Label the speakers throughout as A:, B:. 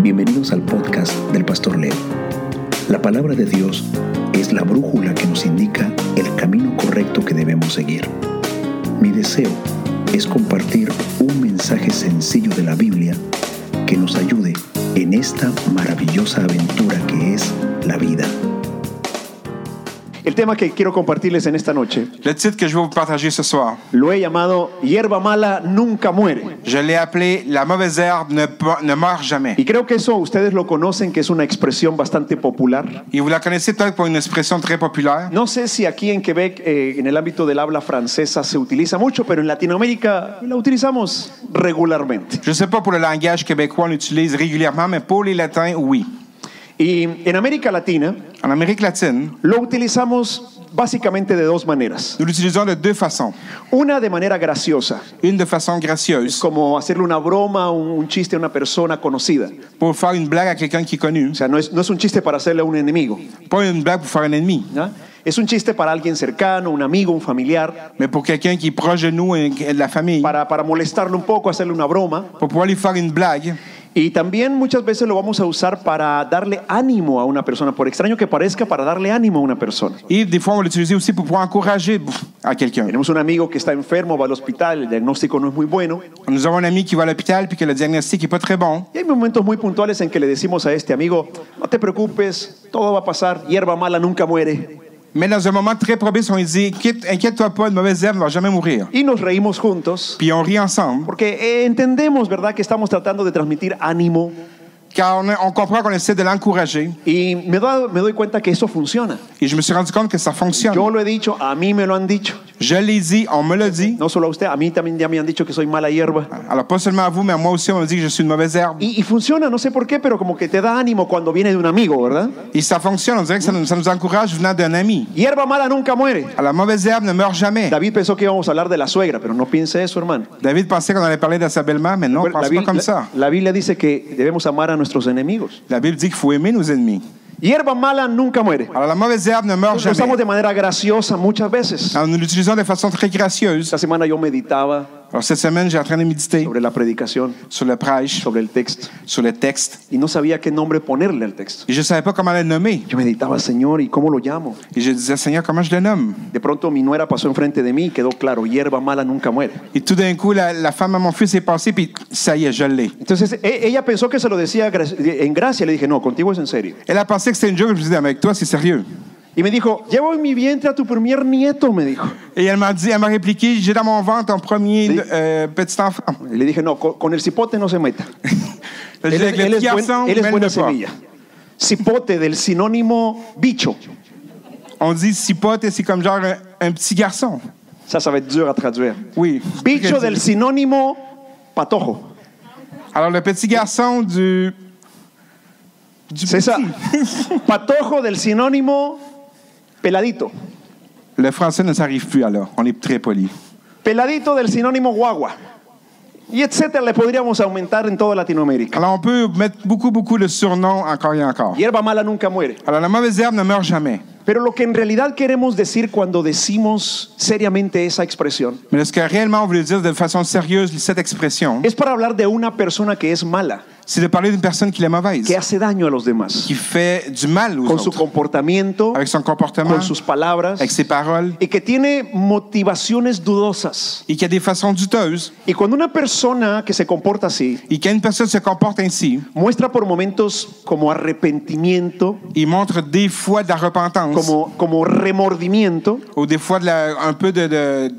A: Bienvenidos al podcast del Pastor Leo. La palabra de Dios es la brújula que nos indica el camino correcto que debemos seguir. Mi deseo es compartir un mensaje sencillo de la Biblia que nos ayude en esta maravillosa aventura que es la vida.
B: El tema que quiero compartirles en esta noche
C: Le titre que je vais vous partager ce soir,
B: lo he llamado Hierba mala nunca muere.
C: je l'ai appelé La mauvaise herbe ne, pe- ne meurt jamais.
B: Y creo que eso ustedes lo conocen, que es una expresión bastante popular.
C: Et vous la connaissez peut-être pour une expression très populaire.
B: No sé si aquí en Quebec, eh, en el ámbito del habla francesa, se utiliza mucho, pero en Latinoamérica la utilizamos regularmente.
C: Je ne sais pas pour le langage québécois, on l'utilise régulièrement, mais pour les latins, oui.
B: Y en América Latina
C: En Amérique latine,
B: lo utilizamos básicamente de dos maneras.
C: nous l'utilisons de deux façons.
B: Una de manera graciosa,
C: Une de façon gracieuse,
B: como hacerle una broma, un, un chiste a una persona conocida.
C: pour faire une blague à quelqu'un qui est connu.
B: O sea, no es, no es un chiste para hacerle a un enemigo.
C: Pas une blague pour faire un ennemi,
B: ¿ya? Es un chiste para alguien cercano, un amigo, un familiar,
C: mais pour quelqu'un qui est proche de nous et de la famille,
B: para, para molestarlo un poco, hacerle una broma.
C: pour pouvoir lui faire une blague.
B: Y también muchas veces lo vamos a usar para darle ánimo a una persona, por extraño que parezca, para darle ánimo a una persona.
C: Et des fois, on va l'utiliser aussi pour pouvoir encourager pff, à quelqu'un.
B: Tenemos un amigo que está enfermo, va al hospital, el diagnóstico no es muy bueno.
C: Nous avons un ami qui va à l'hôpital puis que le diagnostic n'est pas très bon.
B: Y hay momentos muy puntuales en que le decimos a este amigo, no te preocupes, todo va a pasar, hierba mala nunca muere.
C: Mais dans un moment très propice, on lui dit Inquiète- Inquiète-toi pas, une mauvaise herbe ne va jamais mourir.
B: Y nos reímos juntos,
C: Puis on rit ensemble,
B: porque eh, entendemos, ¿verdad?, que estamos tratando de transmitir ánimo.
C: car on, on comprend qu'on essaie de l'encourager.
B: Y me doy, me doy cuenta que eso funciona.
C: Et je me suis rendu compte que ça fonctionne.
B: Yo lo he dicho, a mí me lo han dicho.
C: Je l'ai dit, on me l'a dit.
B: No solo a usted, a mí también ya me han dicho que soy mala hierba.
C: Alors, pas seulement à vous, mais à moi aussi, on me dit que je suis une mauvaise herbe.
B: Y, y funciona, no sé por qué, pero como que te da ánimo cuando viene de un amigo, ¿verdad?
C: Et ça fonctionne, on dirait que ça, nous- ça nous encourage venant d'un ami.
B: Hierba mala nunca muere.
C: Alors, la mauvaise herbe ne meurt jamais.
B: David pensó que íbamos a hablar de la suegra, pero no piense eso, hermano.
C: David pensait qu'on allait parler de sa belle-mère, mais non, on ne
B: la,
C: pense pas
B: Biblia-
C: comme ça.
B: la Biblia dice que debemos amar a nuestros enemigos.
C: La Bible dit qu'il faut aimer nos ennemis.
B: Hierba mala nunca muere.
C: Alors, la mauvaise herbe ne meurt
B: Lo
C: jamais.
B: usamos de manera graciosa muchas veces.
C: Alors, nous l'utilisons de façon très gracieuse.
B: Esta semana yo meditaba
C: Alors, cette semaine, j'ai en train de méditer
B: sobre la predicación,
C: sur le prêche,
B: sobre el texto,
C: sur le texte.
B: y no sabía qué nombre ponerle al texto.
C: Et je ne savais pas comment le nommer.
B: Yo meditaba, Señor, ¿y cómo lo llamo?
C: Et je disais, Seigneur, comment je le nomme?
B: De pronto mi nuera pasó enfrente de mí y quedó claro, hierba mala nunca muere.
C: Et tout d'un coup, la, la femme à mon fils est passée, puis ça y est, je l'ai.
B: Entonces e- ella pensó que se lo decía gra- en gracia, le dije, no, contigo es en serio.
C: Elle a pensé que c'était une joke, je me suis dit, avec toi, c'est sérieux.
B: Y me dijo, llevo en mi vientre a tu primer nieto, me dijo.
C: Et elle m'a dit, elle m'a répliqué, j'ai dans mon ventre ton premier euh, petit enfant.
B: Y le dije, no, co- con, el cipote no se meta.
C: Je
B: Él,
C: dis,
B: es-
C: avec le
B: él
C: petit
B: es, buen-
C: garçon,
B: él es
C: mêle-le
B: buena
C: pas.
B: semilla. Cipote del sinónimo bicho.
C: On dit cipote, et c'est comme genre un, un petit garçon.
B: Ça, ça va être dur à traduire.
C: Oui.
B: Bicho del sinónimo patojo.
C: Alors, le petit garçon du. du
B: C'est ça.
C: petit.
B: Patojo del sinónimo peladito.
C: Le français ne s'arrive plus alors, on est très poli.
B: Peladito del sinónimo guagua. Y etcétera, le podríamos aumentar en toda Latinoamérica.
C: Alors, on peut mettre beaucoup, beaucoup de surnoms encore et encore.
B: Hierba mala nunca muere.
C: Alors, la mauvaise herbe ne meurt jamais.
B: Pero lo que en realidad queremos decir cuando decimos seriamente esa expresión
C: Mais ce que réellement on voulait dire de façon sérieuse, cette expression,
B: es para hablar de una persona que es mala,
C: c'est de parler d'une personne qui est mauvaise,
B: que hace daño a los demás,
C: qui fait du mal aux
B: con su
C: autres,
B: comportamiento,
C: avec son comportement,
B: con sus palabras,
C: avec ses paroles,
B: y que tiene motivaciones dudosas.
C: et qui a des façons douteuses,
B: Y cuando una persona que se comporta así
C: et quand une personne se comporte ainsi,
B: muestra por momentos como arrepentimiento,
C: il montre des fois de la repentance,
B: como, como remordimiento,
C: ou des fois de la- un peu de, de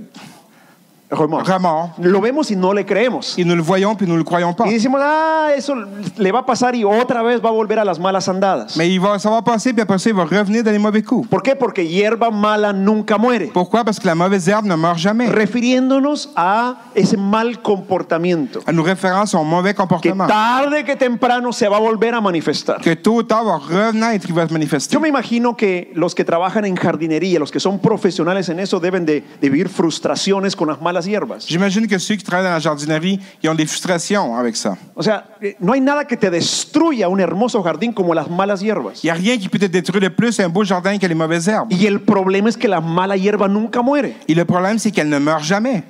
B: remor-
C: remords,
B: lo vemos y no le creemos.
C: et nous le voyons puis nous le croyons pas.
B: Y decimos, ah, eso le va a pasar y otra vez va a volver a las malas andadas.
C: Mais il va, ça va passer, puis après ça, il va revenir dans les mauvais coups.
B: ¿Por qué? Porque hierba mala nunca muere.
C: Pourquoi? Parce que la mauvaise herbe ne meurt jamais.
B: Refiriéndonos a ese mal comportamiento
C: À nos références, son mauvais
B: que
C: comportement,
B: tarde que temprano se va a volver a manifestar.
C: que tôt ou tard va revenir et il va se manifester.
B: Yo me imagino que los que trabajan en jardinería, los que son profesionales en eso, deben de, de vivir frustraciones con las malas hierbas.
C: J'imagine que ceux qui travaillent dans la jardinerie, ils ont des frustrations avec ça.
B: O sea, eh, no hay nada que te destruya un hermoso jardín como las malas hierbas.
C: Il n'y a rien qui peut te détruire de plus un beau jardin que les mauvaises herbes.
B: Y el problema es que la mala hierba nunca muere.
C: Et le problème, c'est qu'elle ne meurt jamais.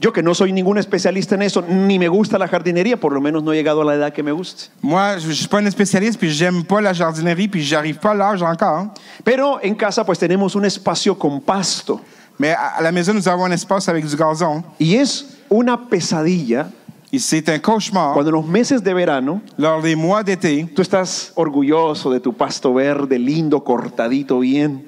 B: Yo que no soy ningún especialista en eso, ni me gusta la jardinería, por lo menos no he llegado a la edad que me guste.
C: Moi, je ne suis pas un spécialiste, puis j'aime pas la jardinerie, puis j'arrive pas à l'âge encore. hein.
B: Pero en casa pues tenemos un espacio con pasto
C: Mais à à la maison, nous avons un espace avec du gazon.
B: y es una pesadilla
C: Et c'est un cauchemar.
B: cuando en los meses de verano
C: Lors des mois d'été,
B: tú estás orgulloso de tu pasto verde, lindo, cortadito bien,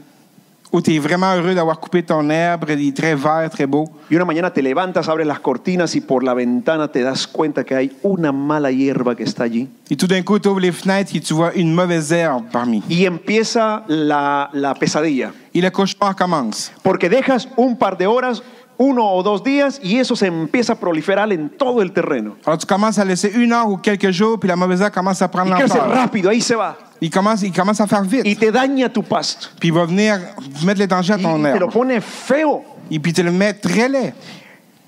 C: où tu es vraiment heureux d'avoir coupé ton herbe, il est très vert, très beau.
B: y una mañana te levantas, abres las cortinas y por la ventana te das cuenta que hay una mala hierba que está allí
C: Et tout d'un coup, tu ouvres les fenêtres et tu vois une mauvaise herbe parmi.
B: y empieza la, la pesadilla.
C: Et le cauchemar commence.
B: Porque dejas un par de horas, uno o dos días, y eso se empieza a proliferar en todo el terreno.
C: Alors tu commences à laisser une heure ou quelques jours, puis la mauvaise herbe commence à prendre
B: Y crece
C: l'ampleur.
B: rápido, ahí se va.
C: Il commence, il commence à faire vite.
B: Y te daña tu pasto.
C: Puis il va venir mettre les dangers à
B: Y
C: ton
B: te lo
C: herbe.
B: pone feo.
C: Et puis tu le mets très laid.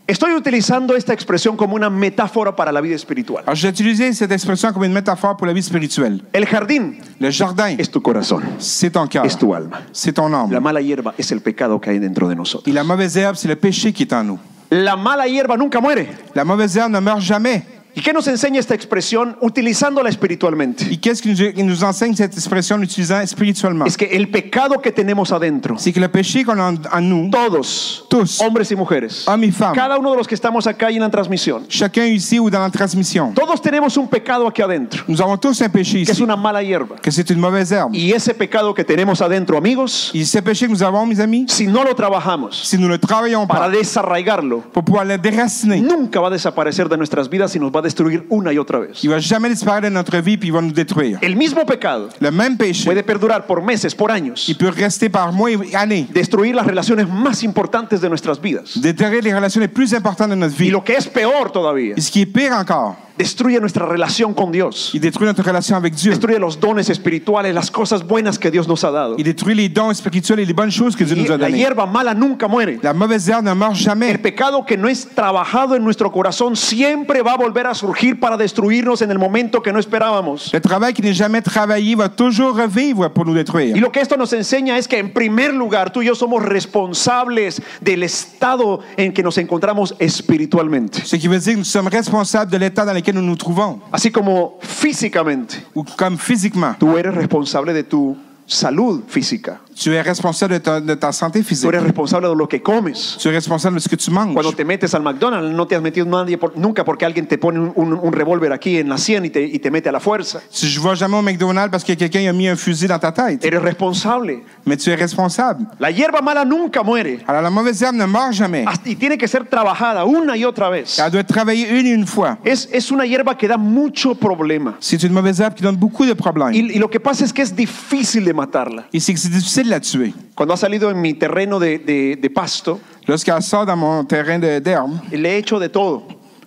B: Estoy utilizando esta expresión como una metáfora para la vida espiritual.
C: Alors j'ai utilisé cette expression comme une métaphore pour la vie spirituelle.
B: El jardín
C: Le jardin,
B: es tu corazón,
C: c'est ton cœur.
B: es tu alma.
C: C'est ton
B: La
C: âme.
B: mala hierba es el pecado que hay dentro de
C: Et
B: nosotros.
C: la mauvaise herbe, c'est le péché qui est en nous.
B: La mala hierba nunca muere.
C: La mauvaise herbe ne meurt jamais.
B: ¿Y qué nos enseña esta expresión utilizándola espiritualmente?
C: Et qu'est-ce qui nous, qui nous enseigne cette expression en l'utilisant spirituellement?
B: Es que el pecado que tenemos adentro
C: C'est que le péché qu'on a en, en nous,
B: Todos,
C: Tous.
B: hombres y mujeres,
C: Hommes y femmes.
B: cada uno de los que estamos acá y en la transmisión,
C: chacun ici ou dans la transmission,
B: todos tenemos un pecado aquí adentro,
C: nous avons tous un péché
B: que es
C: ici,
B: una mala hierba.
C: que c'est une mauvaise herbe.
B: Y ese pecado que tenemos adentro, amigos,
C: Et ce péché que nous avons, mes amis,
B: si no lo trabajamos
C: si nous le travaillons
B: para
C: pas,
B: desarraigarlo,
C: pour pouvoir le déraciner,
B: nunca va a desaparecer de nuestras vidas y nos va a destruir una y otra vez.
C: il va jamais disparaître de notre vie puis il va nous détruire.
B: El mismo pecado
C: Le même péché,
B: puede perdurar por meses, por años,
C: il peut rester par mois et années,
B: destruir las relaciones más importantes de nuestras vidas.
C: détériorer les relations les plus importantes de notre
B: Y
C: vie.
B: lo que es peor todavía,
C: Et ce qui est pire encore,
B: destruye nuestra relación con Dios,
C: il détruit notre relation avec Dieu.
B: destruye los dones espirituales, las cosas buenas que Dios nos ha dado.
C: Il détruit les dons spirituels et les bonnes choses que Dieu
B: Y
C: nous a
B: la
C: données.
B: hierba mala nunca muere.
C: La mauvaise herbe ne meurt
B: El
C: jamais.
B: pecado que no es trabajado en nuestro corazón siempre va a volver a surgir para destruirnos en el momento que no esperábamos.
C: Le travail qui n'est jamais travaillé va toujours revivre pour nous
B: Y
C: détruire.
B: lo que esto nos enseña es que en primer lugar tú y yo somos responsables del estado en que nos encontramos espiritualmente,
C: Ce qui veut dire que nous sommes responsables de l'état dans lequel nous nous trouvons,
B: así como físicamente.
C: ou comme physiquement.
B: Tú eres responsable de tu salud física,
C: Tu es responsable de ta, de ta santé
B: tú
C: physique.
B: eres responsable de lo que comes.
C: Tu es responsable de ce que tu manges.
B: Cuando te metes al McDonald's no te has metido nadie por- nunca porque alguien te pone un, un- un revólver aquí en la sien y te- y te mete a la fuerza.
C: Si je ne vais jamais au McDonald's parce que quelqu'un a mis un fusil dans ta tête.
B: Eres responsable.
C: Mais tu es responsable.
B: La hierba mala nunca muere.
C: Alors la mauvaise herbe ne meurt jamais.
B: Hasta- Y tiene que ser trabajada una y otra vez.
C: Elle doit être travaillée une et une fois.
B: Es, es una hierba que da mucho problema.
C: C'est une mauvaise herbe qui donne beaucoup de problèmes.
B: Y, y lo que pasa es que es difícil de matarla.
C: Et c'est que c'est difficile de la tuer.
B: Cuando ha salido en mi terreno de, de- de pasto,
C: Lorsqu'elle sort dans mon terrain de- d'herbe,
B: le he hecho de todo.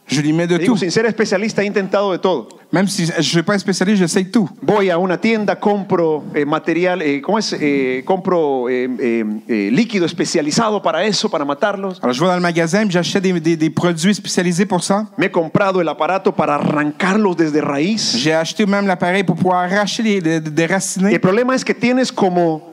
C: je lui mets de
B: Te digo,
C: tout.
B: sin ser especialista, he intentado de todo.
C: Même si je ne suis pas un spécialiste, j'essaie tout.
B: Voy a una tienda, compro eh, material, eh, ¿cómo es? Eh, compro eh, eh, eh, líquido especializado para eso, para matarlos.
C: Alors, je vais dans le magasin, puis j'achète des, des- des produits spécialisés pour ça.
B: Me he comprado el aparato para arrancarlos desde raíz.
C: J'ai acheté même l'appareil pour pouvoir arracher les, les- des
B: El
C: racinés.
B: problema es que tienes como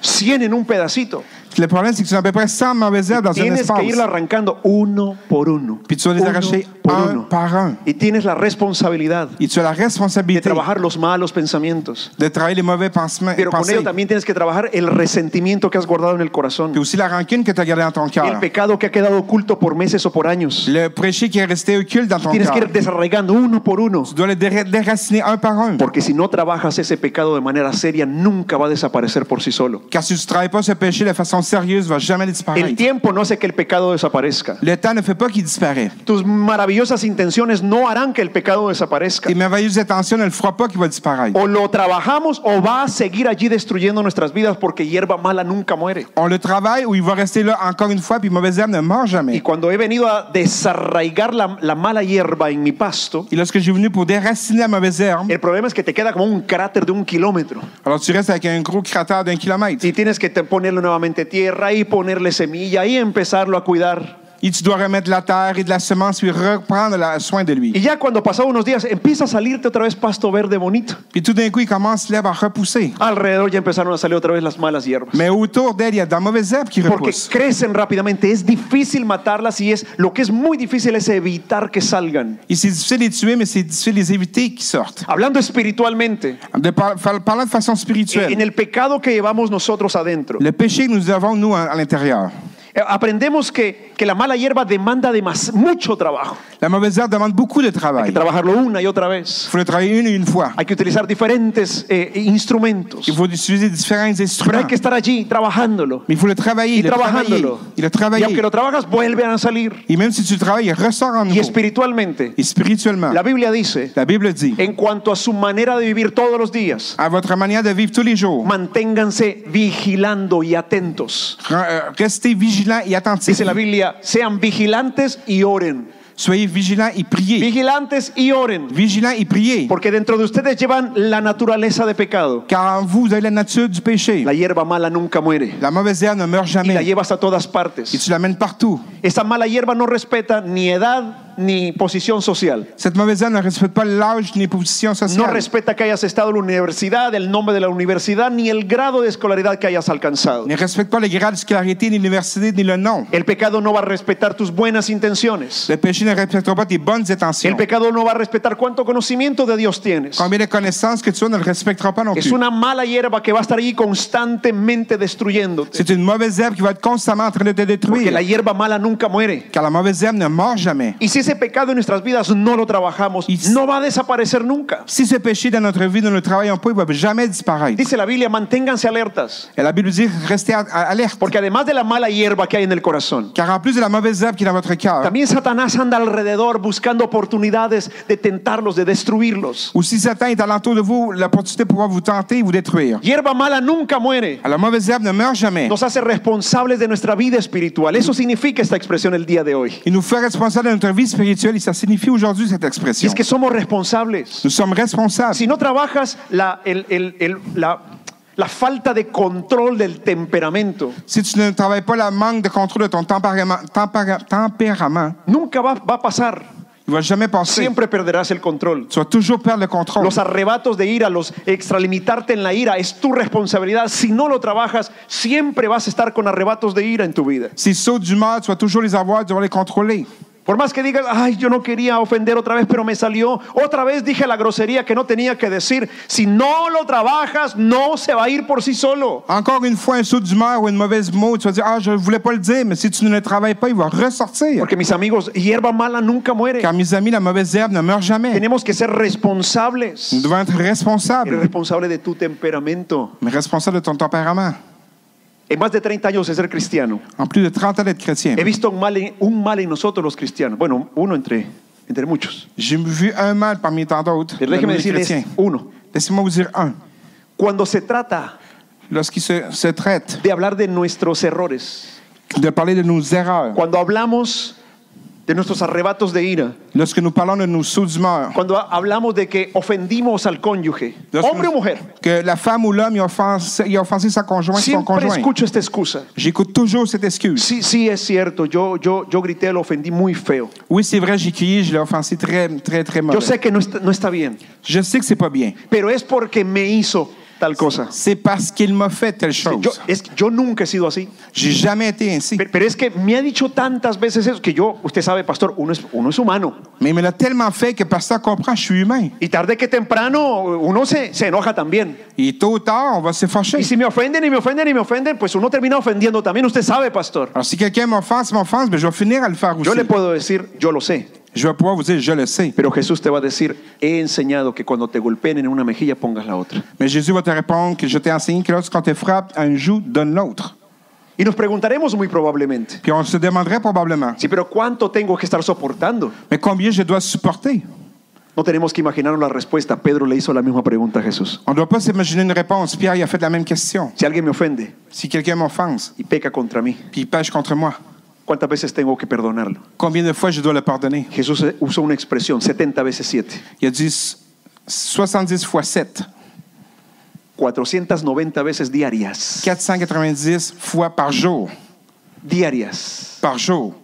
B: 100 en un pedacito.
C: Le problème, c'est que tu as à peu près 100 mauvaises herbes dans un
B: Tienes que
C: espace.
B: irla arrancando uno por uno.
C: Puis tu vas les
B: Uno
C: arracher
B: por
C: un
B: uno.
C: par un.
B: Y tienes la responsabilidad
C: Et tu as la
B: de
C: responsabilité
B: trabajar los malos pensamientos.
C: de travailler les mauvais pansements-
B: Pero con
C: pensées.
B: ello también tienes que trabajar el resentimiento que has guardado en el
C: Puis
B: corazón.
C: aussi la rancune que tu as gardée dans ton
B: El
C: cœur.
B: pecado que ha quedado oculto por meses o por años.
C: Le péché qui est resté occulte dans ton
B: Tienes
C: cœur.
B: que ir
C: Tu
B: desarraigando uno por uno.
C: dois le déra- déraciner un par un.
B: Porque si no trabajas ese pecado de manera seria, nunca va a desaparecer por sí solo.
C: Car si tu ne travailles pas ce péché de façon sérieuse, il ne va jamais
B: El
C: disparaître.
B: tiempo no hace que el pecado desaparezca.
C: Le temps ne fait pas qu'il disparaît.
B: Tus maravillosas intenciones no harán que el pecado desaparezca.
C: Tes merveilleuses intentions ne le feront pas qu'il va disparaître.
B: O lo trabajamos o va a seguir allí destruyendo nuestras vidas porque hierba mala nunca muere.
C: On le travaille ou il va rester là encore une fois, puis mauvaise herbe ne meurt
B: Y
C: jamais.
B: cuando he venido a desarraigar la, la mala hierba en mi pasto,
C: Et lorsque j'ai venu pour déraciner la mauvaise herbe,
B: el problema es que te queda como un cráter de un kilómetro.
C: alors tu restes avec un gros cratère d'un kilomètre.
B: Y tienes que te- ponerle nuevamente tierra y ponerle semilla y empezarlo a cuidar.
C: Et tu dois remettre la terre et de la semence, puis reprendre la- soin de lui.
B: Y ya cuando pasaba unos días empieza a salirte otra vez pasto verde bonito.
C: Puis tout d'un coup, il commence l'herbe à repousser.
B: Alrededor ya empezaron a salir otra vez las malas hierbas.
C: Mais autour d'elle, il y a de la mauvaise herbe qui
B: Porque
C: repousse.
B: crecen rápidamente, es difícil matarlas y es lo que es muy difícil es evitar que salgan.
C: Et c'est difficile de les tuer, mais c'est difficile de les éviter qu'ils sortent.
B: Hablando espiritualmente, eh,
C: De par- par- parlant de façon
B: en
C: spirituelle,
B: el pecado que llevamos nosotros adentro,
C: le péché que nous avons, nous, à, à l'intérieur.
B: eh, aprendemos que, que la mala hierba demanda de más, mucho trabajo.
C: La mauvaise herbe demande beaucoup de
B: Hay
C: travail.
B: que trabajarlo una y otra
C: Il
B: vez.
C: faut le travailler une et une fois.
B: Hay que utilizar diferentes eh, instrumentos.
C: Il faut utiliser différents
B: Pero
C: instruments.
B: hay que estar allí trabajándolo.
C: Mais il faut le travailler,
B: y
C: Ah. le travailler.
B: trabajándolo.
C: Il le
B: Y
C: travailler.
B: aunque lo trabajas, vuelven a salir.
C: Et même si tu le travailles, il ressort en
B: Y
C: nous.
B: espiritualmente,
C: Et spirituellement,
B: la Biblia dice,
C: la Bible dit,
B: en cuanto a su manera de vivir todos los días,
C: à votre manière de vivre tous les jours,
B: manténganse vigilando y atentos.
C: re- euh, restez vigilants et attentifs.
B: Dice la Biblia, sean vigilantes y oren.
C: Soyez vigilants et priez.
B: Vigilantes y oren.
C: Vigilants et priez.
B: Porque dentro de ustedes llevan la naturaleza de pecado.
C: Car en vous, vous avez la nature du péché.
B: La hierba mala nunca muere.
C: La mauvaise herbe ne meurt
B: Y la
C: jamais.
B: llevas a todas
C: Et
B: partes.
C: tu l'amènes partout.
B: Esa mala hierba no respeta ni edad ni posición social.
C: Cette mauvaise herbe ne respecte pas l'âge ni position
B: No
C: sociale.
B: respeta que hayas estado en la universidad, el nombre de la universidad, ni el grado de escolaridad que hayas alcanzado.
C: Ne respecte pas le grade de scolarité, ni l'université, ni le nom.
B: El pecado no va a respetar tus buenas intenciones.
C: Le péché ne respectera pas tes bonnes
B: El
C: intentions.
B: pecado no va a respetar cuánto conocimiento de Dios tienes.
C: Combien de connaissances que tu as ne le respectera pas non
B: Es
C: plus.
B: una mala hierba que va a estar allí constantemente destruyéndote.
C: C'est une mauvaise herbe qui va être constamment en train de te
B: Porque
C: détruire.
B: la hierba mala nunca muere.
C: Car la mauvaise herbe ne meurt jamais.
B: Y si ese pecado en nuestras vidas no lo trabajamos,
C: Y-
B: no va a desaparecer nunca.
C: Si ce péché dans notre vie, nous ne le travaillons pas, il va jamais disparaître.
B: Dice la Biblia, manténganse alertas.
C: Et la Bible dit, restez a- a- alerte.
B: Porque además de la mala hierba que hay en el corazón,
C: Car en plus de la mauvaise herbe qui est dans votre cœur,
B: También Satanás anda alrededor buscando oportunidades de tentarlos, de destruirlos.
C: ou si Satan est alentour de vous, l'opportunité de pouvoir vous tenter et vous détruire.
B: Hierba mala nunca muere.
C: Alors, la mauvaise herbe ne meurt jamais.
B: Nos hace responsables de nuestra vida espiritual. Eso significa esta expresión el día de hoy.
C: Il nous fait responsables de notre vie spirituelle et ça signifie aujourd'hui cette
B: Y
C: expression.
B: es que somos responsables.
C: Nous sommes responsables.
B: Si no trabajas la, el- el- el- la, la falta de control del temperamento,
C: Si tu ne travailles pas le manque de contrôle de ton tempérament, tempéra- tempérament,
B: nunca va, va a pasar.
C: il va jamais passer.
B: Siempre perderás el control.
C: Tu vas toujours perdre le contrôle.
B: Los arrebatos de ira, los extralimitarte en la ira, es tu responsabilidad. Si no lo trabajas, siempre vas a estar con arrebatos de ira en tu vida.
C: Ces sauts d'humeur, tu vas toujours les avoir, tu vas les contrôler.
B: Por más que digas, ay, yo no quería ofender otra vez, pero me salió. Otra vez dije la grosería que no tenía que decir. Si no lo trabajas, no se va a ir por sí solo.
C: Encore une fois, un saut d'humeur ou une mauvaise mot, tu vas dire Ah, je ne voulais pas le dire, mais si tu ne le travailles pas, il va ressortir.
B: Porque mis amigos, hierba mala nunca muere.
C: Car mes amis, la mauvaise herbe ne meurt jamais.
B: Tenemos que ser responsables.
C: Nous devons être
B: Eres
C: responsables,
B: responsable de tu temperamento.
C: mais responsables de ton tempérament.
B: En más de 30 años de ser cristiano,
C: En plus de 30 ans d'être chrétien,
B: he visto un mal en, un mal en nosotros los cristianos. Bueno, uno entre, entre muchos.
C: j'ai vu un mal parmi tant d'autres.
B: Pero
C: dans
B: déjeme
C: les
B: decirles
C: chrétiens.
B: uno.
C: Laissez-moi vous dire un.
B: Cuando se trata
C: Lorsqu'il se, se traite
B: de hablar de nuestros errores,
C: de parler de nos erreurs,
B: cuando hablamos de nuestros arrebatos de ira,
C: lorsque nous parlons de nos sauts d'humeur,
B: Cuando ha- hablamos de que ofendimos al cónyuge,
C: lorsque
B: hombre o
C: nous-
B: mujer,
C: que la femme ou l'homme il a offensé, il a offensé sa conjointe, son
B: siempre
C: conjoint,
B: escucho esta excusa.
C: j'écoute toujours cette excuse.
B: Sí, sí, es cierto, yo, yo, yo grité, lo ofendí muy feo.
C: Oui, c'est vrai, j'ai crié, je l'ai offensé très, très, très mal.
B: Yo sé que no está, no está bien,
C: Je sais que c'est pas bien.
B: pero es porque me hizo tal cosa.
C: C'est parce qu'il m'a fait telle
B: Yo,
C: chose.
B: es, yo nunca he sido así,
C: J'ai jamais été ainsi.
B: pero, pero es que me ha dicho tantas veces eso que yo, usted sabe, pastor, uno es, uno es humano
C: Mais il me l'a tellement fait que pasteur comprend, je suis humain.
B: y tarde que temprano uno se, se enoja también.
C: Et tôt ou tard, on va se fâcher.
B: Y si me ofenden y me ofenden y me ofenden, pues uno termina ofendiendo también, usted sabe, pastor.
C: Alors si quelqu'un m'offense, m'offense, ben, je vais finir à le faire aussi.
B: Yo le puedo decir, yo lo sé,
C: Je vais pouvoir vous dire, je le sais.
B: Pero Jesús te va a decir, he enseñado que cuando te golpeen en una mejilla pongas la otra.
C: Mais Jésus va te répondre que je t'ai enseigné que lorsqu'on te frappe un joue, donne l'autre.
B: Y nos preguntaremos muy probablemente,
C: Puis on se demanderait probablement,
B: sí, pero ¿cuánto tengo que estar soportando?
C: mais combien je dois supporter?
B: No tenemos que imaginarnos la respuesta. Pedro le hizo la misma pregunta a Jesús.
C: On ne doit pas s'imaginer une réponse. Pierre, il a fait la même question.
B: Si alguien me ofende
C: Si quelqu'un m'offense,
B: y peca contra mí,
C: puis il pêche contre moi,
B: ¿cuántas veces tengo que perdonarlo?
C: combien de fois je dois le pardonner?
B: Jesús eh, usó una expresión, 70 veces 7,
C: Il a dit s- 70 fois 7,
B: 490 veces diarias.
C: 490 fois par jour.
B: Diarias.
C: Par jour.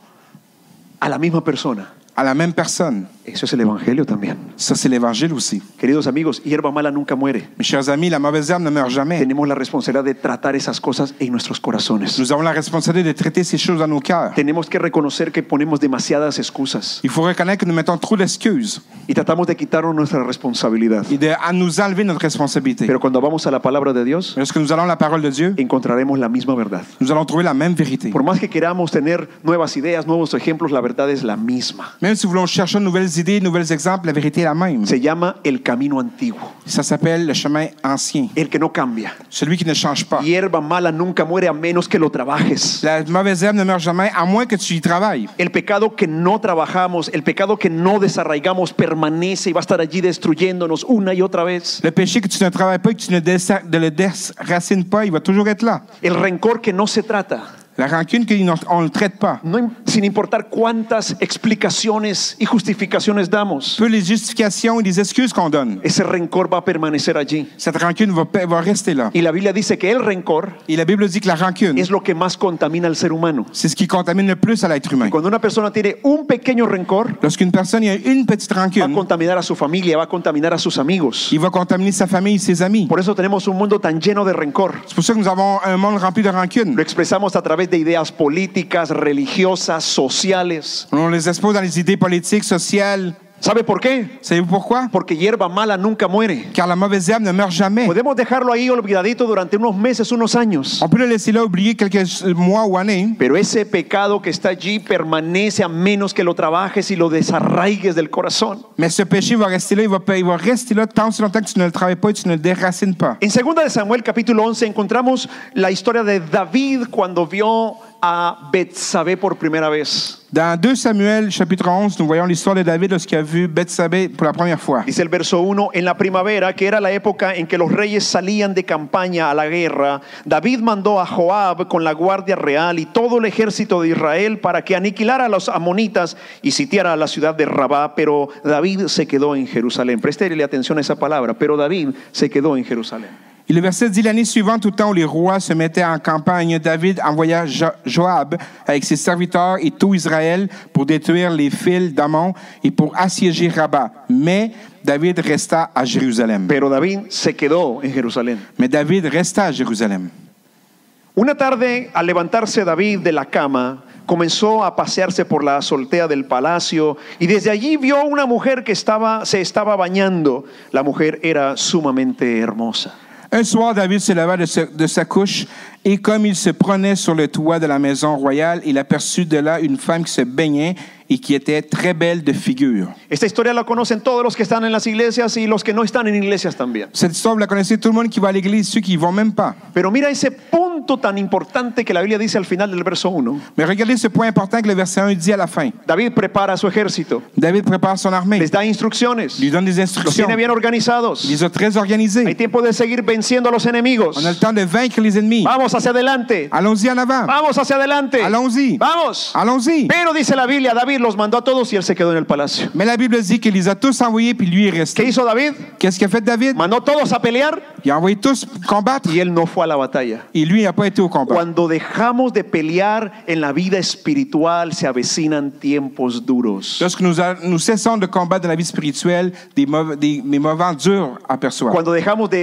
B: a la misma persona.
C: à la même personne.
B: Eso es el Evangelio también.
C: Ça, c'est l'évangile aussi.
B: Queridos amigos, hierba mala nunca muere.
C: Mes chers amis, la mauvaise herbe ne meurt jamais.
B: Tenemos la responsabilidad de tratar esas cosas en nuestros corazones.
C: Nous avons la responsabilité de traiter ces choses dans nos cœurs.
B: Tenemos que reconocer que ponemos demasiadas excusas
C: Il faut reconnaître que nous mettons trop d'excuses
B: y tratamos de quitarnos nuestra responsabilidad.
C: et de à nous enlever notre responsabilité.
B: Pero cuando vamos a la palabra de Dios,
C: Lorsque nous allons à la parole de Dieu,
B: encontraremos la misma verdad.
C: nous allons trouver la même vérité.
B: Por más que queramos tener nuevas ideas, nuevos ejemplos, la verdad es la misma.
C: Même si nous voulons chercher de nouvelles idées, de nouveaux exemples, la vérité est la même.
B: Se llama el camino antiguo,
C: Ça s'appelle le chemin ancien,
B: el que no cambia.
C: celui qui ne change pas.
B: Hierba mala nunca muere a menos que lo trabajes.
C: La mauvaise herbe ne meurt jamais, à moins que tu y travailles.
B: El pecado que no trabajamos, el pecado que no desarraigamos permanece y va a estar allí destruyéndonos una y otra vez.
C: Le péché que tu ne travailles pas et que tu ne dessa- ne le déracines pas, il va toujours être là.
B: El rencor que no se trata,
C: La rancune, qu'on ne le traite pas.
B: no im- sin importar cuántas explicaciones y justificaciones damos,
C: Peu les justifications et les excuses qu'on donne,
B: ese rencor va a permanecer allí.
C: cette rancune va, pa- va rester là.
B: Y la Biblia dice que el rencor
C: Et la Bible dit que la rancune,
B: es lo que más contamina al ser humano.
C: c'est ce qui contamine le plus à l'être humain.
B: Cuando una persona tiene un pequeño rencor,
C: Lorsqu'une personne a une petite
B: va a
C: rancune,
B: contaminar a su familia, va a contaminar a sus amigos.
C: il va contaminer sa famille, ses amis.
B: Por eso tenemos un mundo tan lleno de rencor.
C: C'est pour ça que nous avons un monde rempli de rancune.
B: Lo expresamos a través de ideas políticas, religiosas, sociales.
C: On les expose dans les idées politiques, sociales.
B: ¿Sabe por qué?
C: Savez-vous pourquoi?
B: Porque hierba mala nunca muere.
C: Car la mauvaise herbe ne meurt jamais.
B: Podemos dejarlo ahí olvidadito durante unos meses, unos años.
C: On peut le laisser là, oublier quelques mois ou années,
B: Pero ese pecado que está allí permanece a menos que lo trabajes y lo desarraigues del corazón.
C: mais ce péché va rester là, il va, pa- il va rester là tant si longtemps que tu ne le travailles pas et tu ne le déracines pas.
B: En 2 de Samuel capítulo 11 encontramos la historia de David cuando vio a Betsabé por primera vez.
C: Dans 2 Samuel, chapitre 11, nous voyons l'histoire de David lorsqu'il a vu Bethsabée pour la première fois.
B: Dice el verso 1, en la primavera, que era la época en que los reyes salían de campaña a la guerra, David mandó a Joab con la guardia real y todo el ejército de Israel para que aniquilara a los amonitas y sitiara la ciudad de Rabá, pero David se quedó en Jerusalén. Préstele atención a esa palabra, pero David se quedó en Jerusalén.
C: Et le verset dit L'année suivante, au temps où les rois se mettaient en campagne, David envoya Jo- Joab avec ses serviteurs et tout Israël pour détruire les fils d'Amon et pour assiéger Rabat. Mais David resta à Jérusalem.
B: Pero David se quedó en Jerusalén.
C: Mais David resta à Jérusalem.
B: Una tarde, al levantarse David de la cama, comenzó a pasearse por la azotea del palacio y desde allí vio una mujer que estaba, se estaba bañando. La mujer era sumamente hermosa.
C: Un soir, David se leva de, sa- de sa couche et comme il se prenait sur le toit de la maison royale, il aperçut de là une femme qui se baignait et qui était très belle de figure.
B: Esta historia la conocen todos los que están en las iglesias y los que no están en iglesias también.
C: Cette histoire, vous la connaissez tout le monde qui va à l'église, ceux qui y vont même pas.
B: Pero mira ese punto tan importante que la Biblia dice al final del verso 1.
C: Mais regardez ce point important que le verset 1 dit à la fin.
B: David prepara a su ejército,
C: David prépare son armée,
B: les da instrucciones,
C: lui donne des
B: los
C: instructions,
B: tiene bien organizados.
C: il les a très
B: Hay
C: organisés.
B: tiempo de seguir venciendo a los
C: On a le
B: enemigos.
C: temps de vaincre les ennemis.
B: Vamos hacia adelante.
C: Allons-y en avant.
B: Vamos hacia adelante.
C: Allons-y.
B: Vamos.
C: Allons-y.
B: Pero dice la Biblia, David los mandó a todos y él se quedó en el palacio.
C: Mais la Bible dit qu'il les a tous envoyés, puis lui est
B: ¿Qué
C: resté.
B: hizo David?
C: Qu'est-ce qu'a fait David?
B: Mandó a todos a pelear
C: Il a envoyé tous combattre,
B: y él no fue a la batalla.
C: et lui n'a pas été au combat.
B: Cuando dejamos de pelear en la vida espiritual se avecinan tiempos duros.
C: Lorsque nous, a- nous cessons de combattre dans la vie spirituelle, des, mauva- des, des moments durs aperçoivent.
B: Cuando dejamos de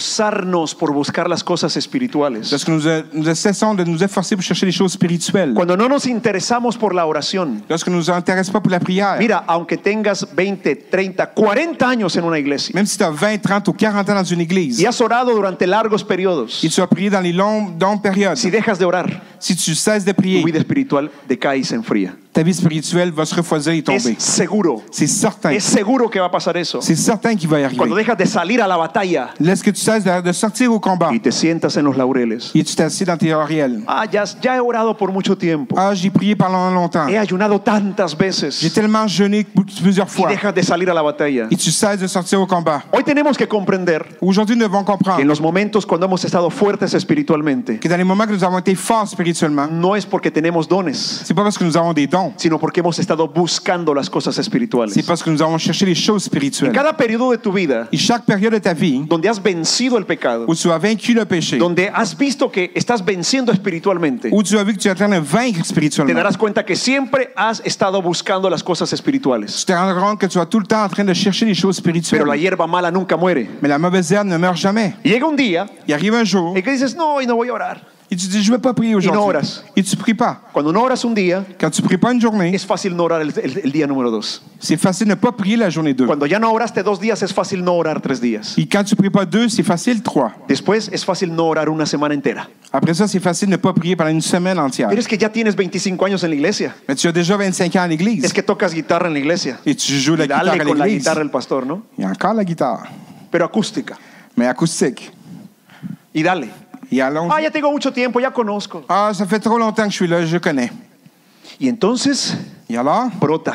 B: esforzarnos por buscar las cosas espirituales.
C: Lorsque nous, euh, nous cessons de nous efforcer pour chercher les choses spirituelles.
B: Cuando no nos interesamos por la oración.
C: Lorsque nous nous intéressons pas pour la prière.
B: Mira, aunque tengas 20, 30, 40 años en una iglesia
C: Même si tu as 20, 30 ou 40 ans dans une église,
B: y has orado durante largos periodos,
C: et tu as prié dans les longues, longues périodes,
B: si dejas de orar,
C: si tu cesses de
B: tu
C: prier,
B: vida espiritual decae y se enfría.
C: ta vie spirituelle va se refroidir et
B: Es
C: tomber.
B: seguro,
C: C'est certain.
B: es seguro que va a pasar eso.
C: C'est certain qu'il va y
B: Cuando
C: arriver.
B: dejas de salir a la batalla
C: Laisse que tu cesses de, de sortir au combat
B: y te sientas en los laureles.
C: et tu t'assieds dans tes oriels.
B: Ah, ya, ya he orado por mucho tiempo.
C: Ah, j'ai prié pendant longtemps.
B: He ayunado tantas
C: J'ai
B: veces
C: tellement jeûné plusieurs
B: y
C: fois.
B: dejas de salir a la batalla.
C: Et tu cesses de sortir au combat.
B: Hoy tenemos que comprender
C: Aujourd'hui, nous devons
B: que en
C: comprendre
B: los momentos cuando hemos estado fuertes espiritualmente,
C: que dans les moments que nous avons été forts spirituellement,
B: no es porque tenemos dones,
C: c'est pas parce que nous avons des dons, non.
B: sino porque hemos estado buscando las cosas espirituales.
C: C'est parce que nous avons cherché les choses
B: En
C: spirituelles.
B: cada periodo de tu vida
C: Et chaque période de ta vie
B: donde has vencido el pecado,
C: où tu as vaincu le péché,
B: donde has visto que estás venciendo espiritualmente,
C: où tu as vu que tu es en train de vaincre
B: te
C: spirituellement,
B: darás cuenta que siempre has estado buscando las cosas espirituales.
C: tu te rendras compte que tu es tout le temps en train de chercher les choses
B: Pero la
C: spirituelles.
B: hierba mala nunca muere.
C: Mais la mauvaise herbe ne meurt jamais.
B: Llega un día
C: Il arrive un jour
B: en que dices, no, hoy no voy a orar.
C: et tu dis, je ne vais pas prier
B: Une
C: aujourd'hui.
B: horas.
C: Et tu ne pries pas.
B: Cuando no oras un día,
C: Quand tu ne pries pas une journée,
B: es fácil no orar el, el- el día número dos.
C: c'est facile de ne pas prier la journée 2.
B: Cuando ya no oraste dos días, es fácil no orar tres días.
C: Et quand tu ne pries pas deux, c'est facile trois.
B: Después es fácil no orar una semana entera.
C: Après ça, c'est facile de ne pas prier pendant une semaine entière.
B: Pero es que ya tienes 25 años en la iglesia.
C: Mais tu as déjà 25 ans à l'église
B: Es que tocas guitarra en la iglesia.
C: et tu joues la guitare à
B: Dale con la
C: l'église.
B: guitarra el pastor, ¿no?
C: Il y a encore la guitare,
B: Pero acústica.
C: mais acoustique.
B: Y dale.
C: Et allons.
B: Ah, ya tengo mucho tiempo, ya conozco.
C: Ah, ça fait trop longtemps que je suis là, je connais.
B: Y entonces
C: Et alors?
B: brota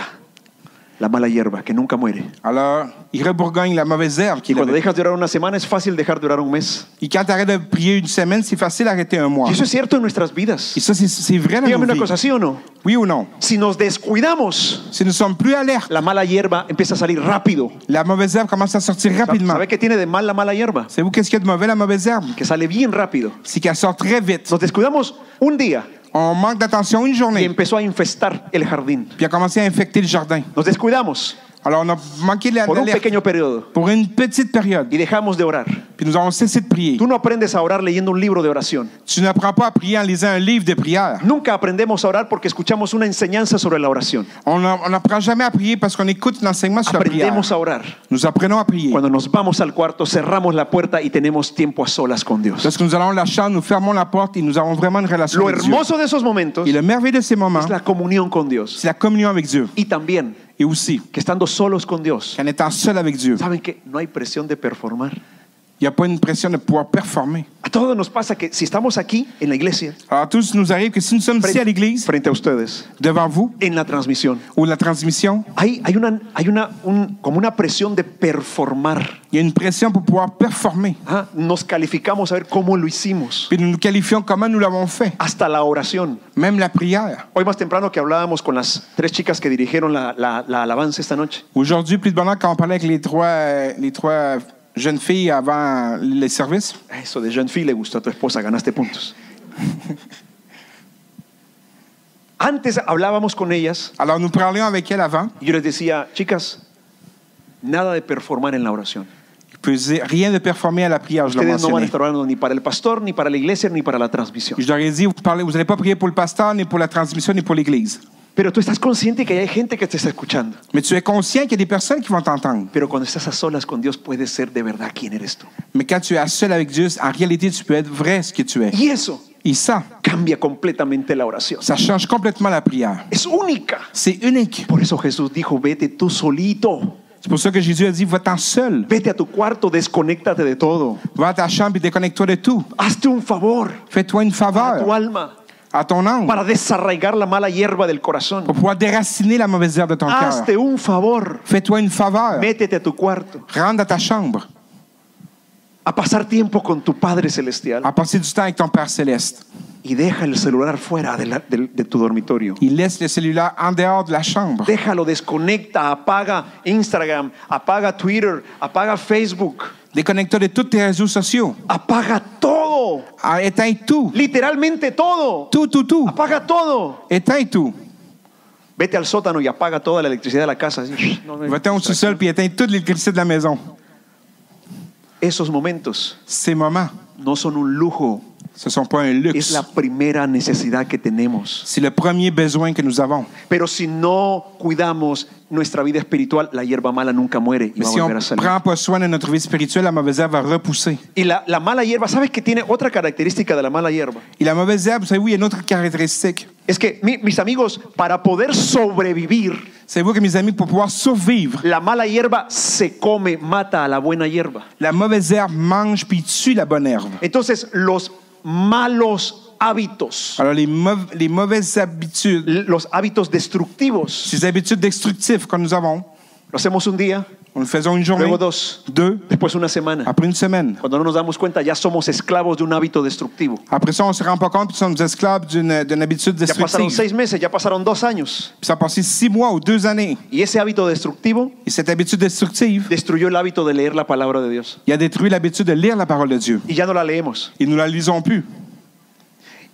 B: la mala hierba que nunca muere.
C: Alors, il rebourgogne la mauvaise herbe
B: Y
C: qu'il
B: cuando
C: avait.
B: dejas de orar una semana, es fácil dejar de orar un mes.
C: Et quand tu arrêtes de prier une semaine, c'est facile d'arrêter un mois.
B: Y eso es cierto en nuestras vidas.
C: Et ça, c'est- c'est vrai dans
B: Dígame
C: nos
B: una
C: vies.
B: cosa, ¿sí o no?
C: Oui ou non?
B: Si nos descuidamos,
C: Si nous sommes plus alertes,
B: la mala hierba empieza a salir rápido.
C: la mauvaise herbe commence à sortir rapidement.
B: ¿Sabe qué tiene de mal la mala hierba?
C: Savez-vous qu'est-ce qu'il y a de mauvais, la mauvaise herbe?
B: Que sale bien rápido.
C: C'est qu'elle sort très vite.
B: Nos descuidamos un día
C: On manque d'attention une
B: y
C: journée,
B: empezó a infestar el jardín.
C: puis elle a commencé à infecter le jardin.
B: Nos descuidamos
C: Alors, on a manqué la-
B: por un
C: l'alerte
B: pequeño periodo
C: pour une petite période,
B: y dejamos de orar.
C: puis nous avons cessé de prier.
B: Tú no aprendes a orar leyendo un libro de oración.
C: Tu n'apprends pas à prier en lisant un livre de prière.
B: Nunca aprendemos a orar porque escuchamos una enseñanza sobre la oración.
C: On n'en- on n'apprend jamais à prier parce qu'on écoute l'enseignement sur la prière.
B: Aprendemos a orar.
C: Nous apprenons à prier.
B: Cuando nos vamos al cuarto, cerramos la puerta y tenemos tiempo a solas con Dios.
C: Lorsque nous allons la chambre, nous fermons la porte et nous avons vraiment une relation
B: Lo
C: avec Dieu.
B: hermoso de esos momentos
C: Et le merveilleux de ces moments,
B: es la comunión con Dios.
C: c'est la communion avec Dieu.
B: Y también
C: Et aussi,
B: que estando solos con Dios,
C: qu'en étant seul avec Dieu,
B: saben que no hay presión de performar.
C: il n'y a pas une pression de pouvoir performer.
B: A todos nos pasa que si estamos aquí en la iglesia,
C: Alors, tous nous arrive que si nous sommes ici à l'église,
B: frente a ustedes,
C: devant vous,
B: en la transmisión,
C: ou la transmission,
B: hay, hay, una, hay una, un- como una presión de performar.
C: il y a une pression pour pouvoir performer.
B: Ah, Nos calificamos a ver cómo lo hicimos.
C: Puis nous nous qualifions comment nous l'avons fait,
B: Hasta la oración.
C: même la prière.
B: Hoy más temprano que hablábamos con las tres chicas que dirigieron la, la- la alabanza esta noche.
C: Aujourd'hui, plus de bonheur, quand on parlait avec les trois, euh, les trois jeunes filles avant les services,
B: Eso de jeune fille le gustó a tu esposa, ganaste puntos. Antes hablábamos con ellas
C: alors nous parlions avec elles avant,
B: y yo les decía, chicas, nada de performar en la oración.
C: je peux dire, rien de performer à la prière, je l'ai
B: Ustedes no van a
C: mentionné.
B: estar orando ni para el pastor, ni para la iglesia, ni para la transmisión.
C: Je leur ai dit, vous n'allez vous allez pas prier pour le pasteur, ni pour la transmission, ni pour l'Église.
B: Pero tú estás consciente que hay gente que te está escuchando.
C: Mais tu es conscient qu'il y a des personnes qui vont t'entendre.
B: Pero cuando estás a solas con Dios puedes ser de verdad quién eres tú.
C: Mais quand tu es seul avec Dieu, en réalité, tu peux être vrai ce que tu es.
B: Y eso
C: Et ça,
B: cambia completamente la oración.
C: ça change complètement la prière.
B: Es única.
C: C'est unique.
B: Por eso Jesús dijo, vete tú solito.
C: C'est pour ça que Jésus a dit, va-t'en seul.
B: Vete a tu cuarto, desconéctate de todo.
C: Va à ta chambre et déconnecte-toi de tout.
B: Hazte un favor
C: Fais-toi une
B: para tu
C: faveur
B: alma,
C: à ton âme
B: para desarraigar la mala hierba del corazón.
C: pour pouvoir déraciner la mauvaise herbe de ton cœur.
B: Hazte un favor.
C: Fais-toi une faveur.
B: Métete a tu cuarto,
C: Rentre à ta chambre.
B: a pasar tiempo con tu Padre Celestial.
C: À passer du temps avec ton Père Céleste.
B: y deja el celular fuera de, la- del- de tu dormitorio.
C: Il laisse le cellulaire en dehors de la chambre.
B: Déjalo, desconecta, apaga Instagram, apaga Twitter, apaga Facebook,
C: Déconnecte-toi de tous tes réseaux sociaux.
B: apaga todo,
C: Ah, Éteins tout.
B: literalmente todo.
C: Tout, tout, tout.
B: Apaga todo.
C: Éteins tout.
B: Vete al sótano y apaga toda la electricidad de la casa. así. No me-
C: Va-t'en au sous-sol puis éteins toute l'électricité de la maison.
B: Esos momentos
C: Ces moments,
B: no son un lujo,
C: ce ne sont pas un
B: es
C: luxe.
B: la primera necesidad que tenemos.
C: C'est le premier besoin que nous avons.
B: Pero si no cuidamos nuestra vida espiritual, la hierba mala nunca muere y
C: Mais
B: va a
C: si on
B: volver a
C: ne
B: salir.
C: prend pas soin de notre vie spirituelle, la mauvaise herbe va repousser.
B: Y la, la mala hierba, ¿sabes que tiene otra característica de la mala hierba?
C: Et la mauvaise herbe, savez-vous, il y a une autre caractéristique.
B: Es que, mi- mis amigos, para poder sobrevivir,
C: Savez-vous que, mes amis, pour pouvoir survivre,
B: la mala hierba se come, mata a la buena hierba.
C: la mauvaise herbe mange puis tue la bonne herbe.
B: Entonces, los malos hábitos,
C: Alors, les, mau- les mauvaises habitudes,
B: l- los hábitos destructivos,
C: ces habitudes destructives que nous avons,
B: lo hacemos un día,
C: Nous le faisons une journée,
B: luego dos,
C: deux,
B: después una semana.
C: après une semaine.
B: Cuando no nos damos cuenta, ya somos esclavos de un hábito destructivo.
C: Après ça, on se rend pas compte, puis nous sommes esclaves d'une d'une habitude
B: Ya pasaron
C: destructive.
B: seis meses, ya pasaron dos años.
C: Puis ça a passé six mois ou deux années.
B: Y ese hábito destructivo
C: Et cette habitude destructive,
B: destruyó el hábito de leer la palabra de Dios.
C: il a détruit l'habitude de lire la parole de Dieu.
B: Y ya no la leemos.
C: Et nous la lisons plus.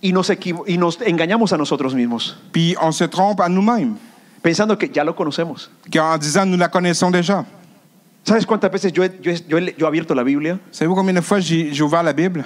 B: Y nos, equivo- y nos engañamos a nosotros mismos,
C: Puis on se trompe à nous-mêmes,
B: pensando que ya lo conocemos.
C: en disant nous la connaissons déjà.
B: ¿Sabes cuántas veces yo he, yo he- yo he le- yo he abierto la Biblia
C: Savez-vous combien de fois j'ai j'ai ouvert la Bible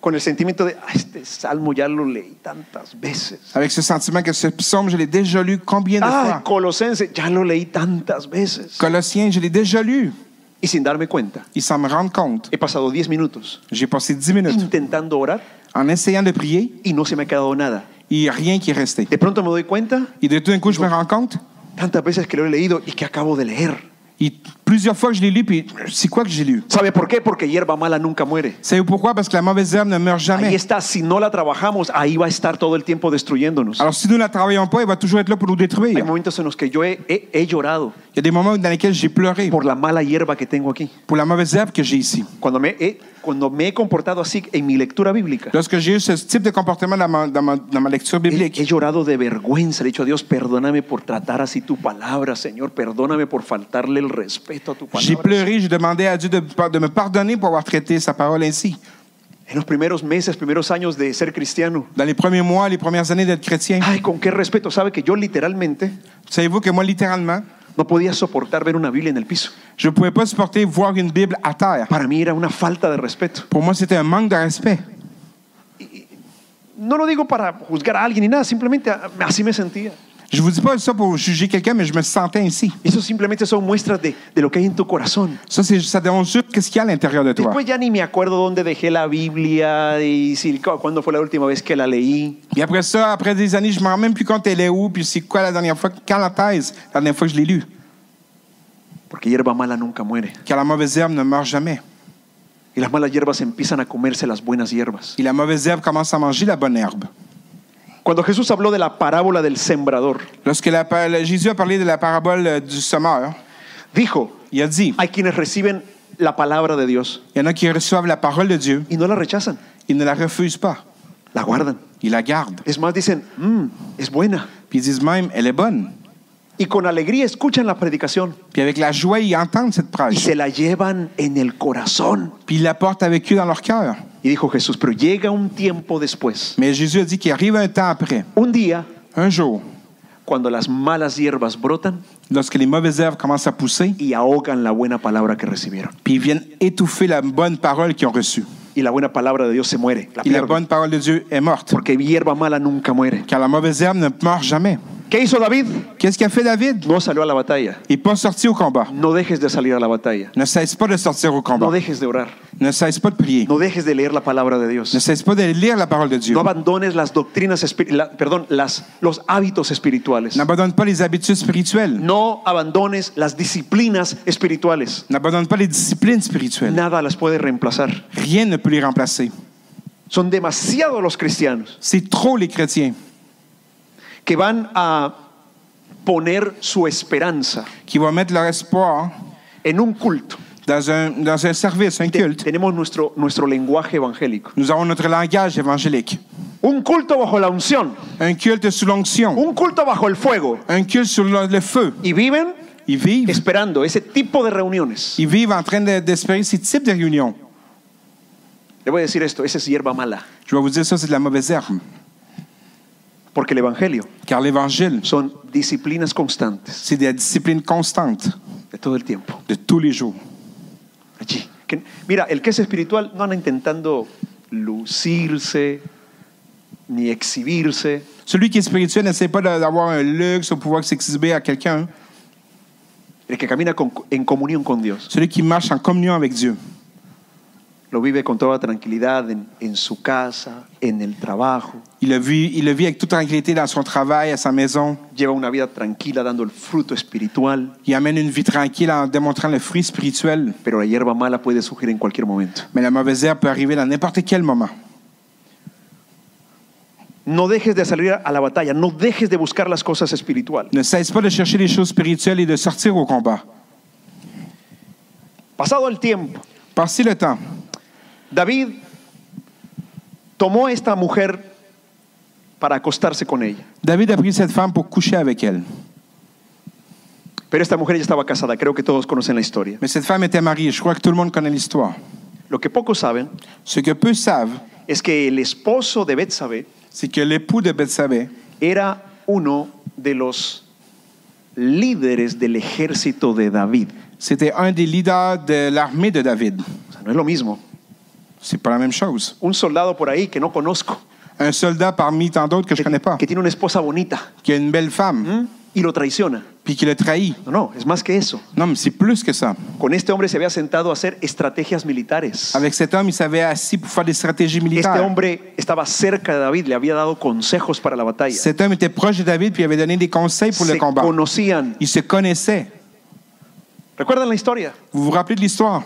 B: con el sentimiento de, "Ah, este salmo ya lo leí tantas veces?
C: avec ce sentiment que ce psaume, je l'ai déjà lu combien de
B: Ah,
C: fois
B: Colosense, ya lo leí tantas veces.
C: Colossiens, je l'ai déjà lu.
B: Y sin darme cuenta,
C: Ils s'en me rendent compte.
B: he pasado 10 minutos
C: J'ai passé dix
B: Mm.
C: minutes
B: intentando orar
C: en essayant de prier,
B: y no se me ha quedado nada.
C: il n'y a rien qui est resté.
B: De pronto me doy cuenta
C: Et de tout d'un coup, je me rends compte,
B: tantas veces que lo he leído y que acabo de leer.
C: et plusieurs fois que je l'ai lu, puis c'est quoi que j'ai lu
B: ¿Sabe por qué? Porque hierba mala nunca muere.
C: Savez-vous pourquoi Parce que la mauvaise herbe ne meurt
B: Ahí
C: jamais.
B: está, si no la trabajamos, ahí va a estar todo el tiempo destruyéndonos.
C: Alors si nous ne la travaillons pas, elle va toujours être là pour nous
B: Hay
C: détruire.
B: momentos en los que yo he, he- he llorado
C: Il y a des moments dans lesquels j'ai pleuré
B: por la mala hierba que tengo aquí.
C: pour la mauvaise herbe que j'ai ici.
B: Cuando me he, cuando me he comportado así en mi lectura bíblica,
C: Lorsque j'ai eu ce type de comportement dans ma, dans ma- dans ma lecture
B: he,
C: biblique,
B: he llorado de vergüenza. Le he dicho a Dios, perdóname por tratar así tu palabra, Señor. Perdóname por faltarle el respeto a tu
C: j'ai
B: palabra.
C: pleuré, j'ai demandé à Dieu de, de me pardonner pour avoir traité sa parole ainsi.
B: En los primeros meses, primeros años de ser cristiano,
C: Dans les premiers mois, les premières années d'être chrétien,
B: ay, con qué respeto. Sabe que yo literalmente
C: savez-vous que moi, littéralement,
B: no podía soportar ver una Biblia en el piso.
C: je ne pouvais pas supporter voir une Bible à terre.
B: Para mí era una falta de respeto.
C: Pour moi, c'était un manque de respect.
B: No lo digo para juzgar a alguien ni nada, simplemente ah, así me sentía.
C: Je vous dis pas ça pour juger quelqu'un, mais je me sentais ainsi.
B: Eso simplemente son muestras de, de lo que hay en tu corazón.
C: Ça, c'est- ça démontre juste qu'est-ce qu'il y a à l'intérieur de toi.
B: Después ya ni me acuerdo dónde dejé la Biblia y si, cu- cuándo fue la última vez que la leí.
C: Puis après ça, après des années, je me rends même plus compte elle est où, puis c'est quoi la dernière fois, quand la thèse, la dernière fois que je l'ai lue.
B: Porque hierba mala nunca muere.
C: Car la mauvaise herbe ne meurt jamais.
B: Y las malas hierbas empiezan a comerse las buenas hierbas.
C: Et la mauvaise herbe commence à manger la bonne herbe.
B: Cuando Jesús habló de la parábola del sembrador,
C: Lorsque la pa- la- Jésus a parlé de la parabole euh, du semeur,
B: dijo,
C: il a dit
B: hay quienes reciben la palabra de Dios
C: il y en a qui reçoivent la parole de Dieu,
B: y no la rechazan,
C: ils ne la refusent pas,
B: la guardan.
C: ils la gardent.
B: Es más, dicen, "Mm, es buena.
C: Puis ils disent même, elle est bonne.
B: Y con alegría escuchan la predicación
C: Puis avec la joie, ils entendent cette
B: y
C: prêche.
B: se la llevan en el corazón.
C: Puis ils la portent avec eux dans leur cœur.
B: Y dijo Jesús, pero llega un tiempo después,
C: Mais Jésus a dit qu'il arrive un temps après,
B: un día,
C: un jour,
B: cuando las malas hierbas brotan
C: lorsque les mauvaises herbes commencent à pousser,
B: y ahogan la buena palabra que recibieron.
C: puis ils viennent étouffer la bonne parole qu'ils ont reçue.
B: Y la buena palabra de Dios se muere, la
C: Et la
B: pierden,
C: bonne parole de Dieu est morte.
B: porque hierba mala nunca muere.
C: Car la mauvaise herbe ne meurt jamais.
B: ¿Qué hizo David?
C: Qu'est-ce qu'a fait David?
B: No salió a la batalla.
C: Il n'est pas sorti au combat.
B: No dejes de salir a la batalla.
C: Ne cesse pas de sortir au
B: No
C: combat.
B: dejes de orar.
C: Ne cesse pas de prier.
B: No dejes de leer la palabra de
C: Ne
B: Dios.
C: cesse pas de lire la parole de Dieu.
B: No abandones las doctrinas, espi- la- perdón, las, los hábitos espirituales.
C: N'abandonne pas les habitudes spirituelles.
B: No abandones las disciplinas espirituales.
C: N'abandonne pas les disciplines spirituelles.
B: Nada las puede reemplazar.
C: Rien ne peut les remplacer.
B: Son demasiados los cristianos
C: C'est trop les chrétiens
B: que van a poner su esperanza
C: qui vont mettre leur espoir
B: en un culto.
C: dans un, dans un service, un
B: Te-
C: culte.
B: tenemos nuestro, nuestro lenguaje evangélico.
C: Nous avons notre langage évangélique.
B: Un culto bajo la unción,
C: Un culte sous l'onction.
B: un culto bajo el fuego.
C: Un culte sous le le feu.
B: Y viven
C: Ils vivent.
B: esperando ese tipo de reuniones.
C: Ils vivent en train de- d'espérer ces types de réunions.
B: Le voy a decir esto, esa es hierba mala,
C: Je vais vous dire ça, c'est de la mauvaise herbe.
B: porque el Evangelio
C: Car l'Évangile,
B: son disciplinas constantes
C: c'est des disciplines constantes
B: de todo el tiempo.
C: de tous les jours.
B: Allí. Que- mira, el que es espiritual no anda intentando lucirse ni exhibirse.
C: Celui qui est spirituel n'essaie pas de- d'avoir un luxe ou pouvoir s'exhiber à quelqu'un.
B: El que camina con- en comunión con Dios
C: Celui qui marche en communion avec Dieu.
B: lo vive con toda tranquilidad en, en su casa, en el trabajo.
C: Il le, vit, il le vit avec toute tranquillité dans son travail, à sa maison.
B: Lleva una vida tranquila dando el fruto espiritual,
C: Il amène une vie tranquille en démontrant le fruit spirituel.
B: pero la hierba mala puede surgir en cualquier momento.
C: Mais la mauvaise herbe peut arriver dans n'importe quel moment.
B: No dejes de salir a la batalla, no dejes de buscar las cosas espirituales.
C: Ne cesse pas de chercher les choses spirituelles et de sortir au combat.
B: Pasado el tiempo,
C: Passé le temps,
B: David tomó esta mujer para acostarse con ella.
C: David a pris cette femme pour coucher avec elle.
B: Pero esta mujer ya estaba casada, creo que todos conocen la historia.
C: Mais cette femme était mariée. Je crois que tout le monde connaît l'histoire.
B: Lo que pocos saben
C: Ce que peu savent,
B: es que el esposo de Betsabé
C: c'est que l'époux de Bethsabée
B: era uno de los líderes del ejército de David.
C: C'était un des leaders de l'armée de David.
B: O sea, no es lo mismo.
C: C'est pas la même chose.
B: Un soldado por ahí que no conozco,
C: Un soldat parmi tant d'autres que je
B: que,
C: connais pas,
B: que tiene una esposa bonita
C: qui a une belle femme,
B: ¿m? y lo traiciona.
C: puis qui le trahit.
B: No, no, es más que eso.
C: Non, mais c'est plus que ça.
B: Con este hombre se había sentado a hacer estrategias militares.
C: Avec cet homme, il s'avait assis pour faire des stratégies
B: Este
C: militaires.
B: hombre estaba cerca de David, le había dado consejos para la batalla.
C: Cet homme était proche de David, puis il avait donné des conseils pour le
B: Se
C: combat.
B: conocían.
C: Ils se connaissaient.
B: ¿Recuerdan la historia?
C: Vous vous rappelez de l'histoire?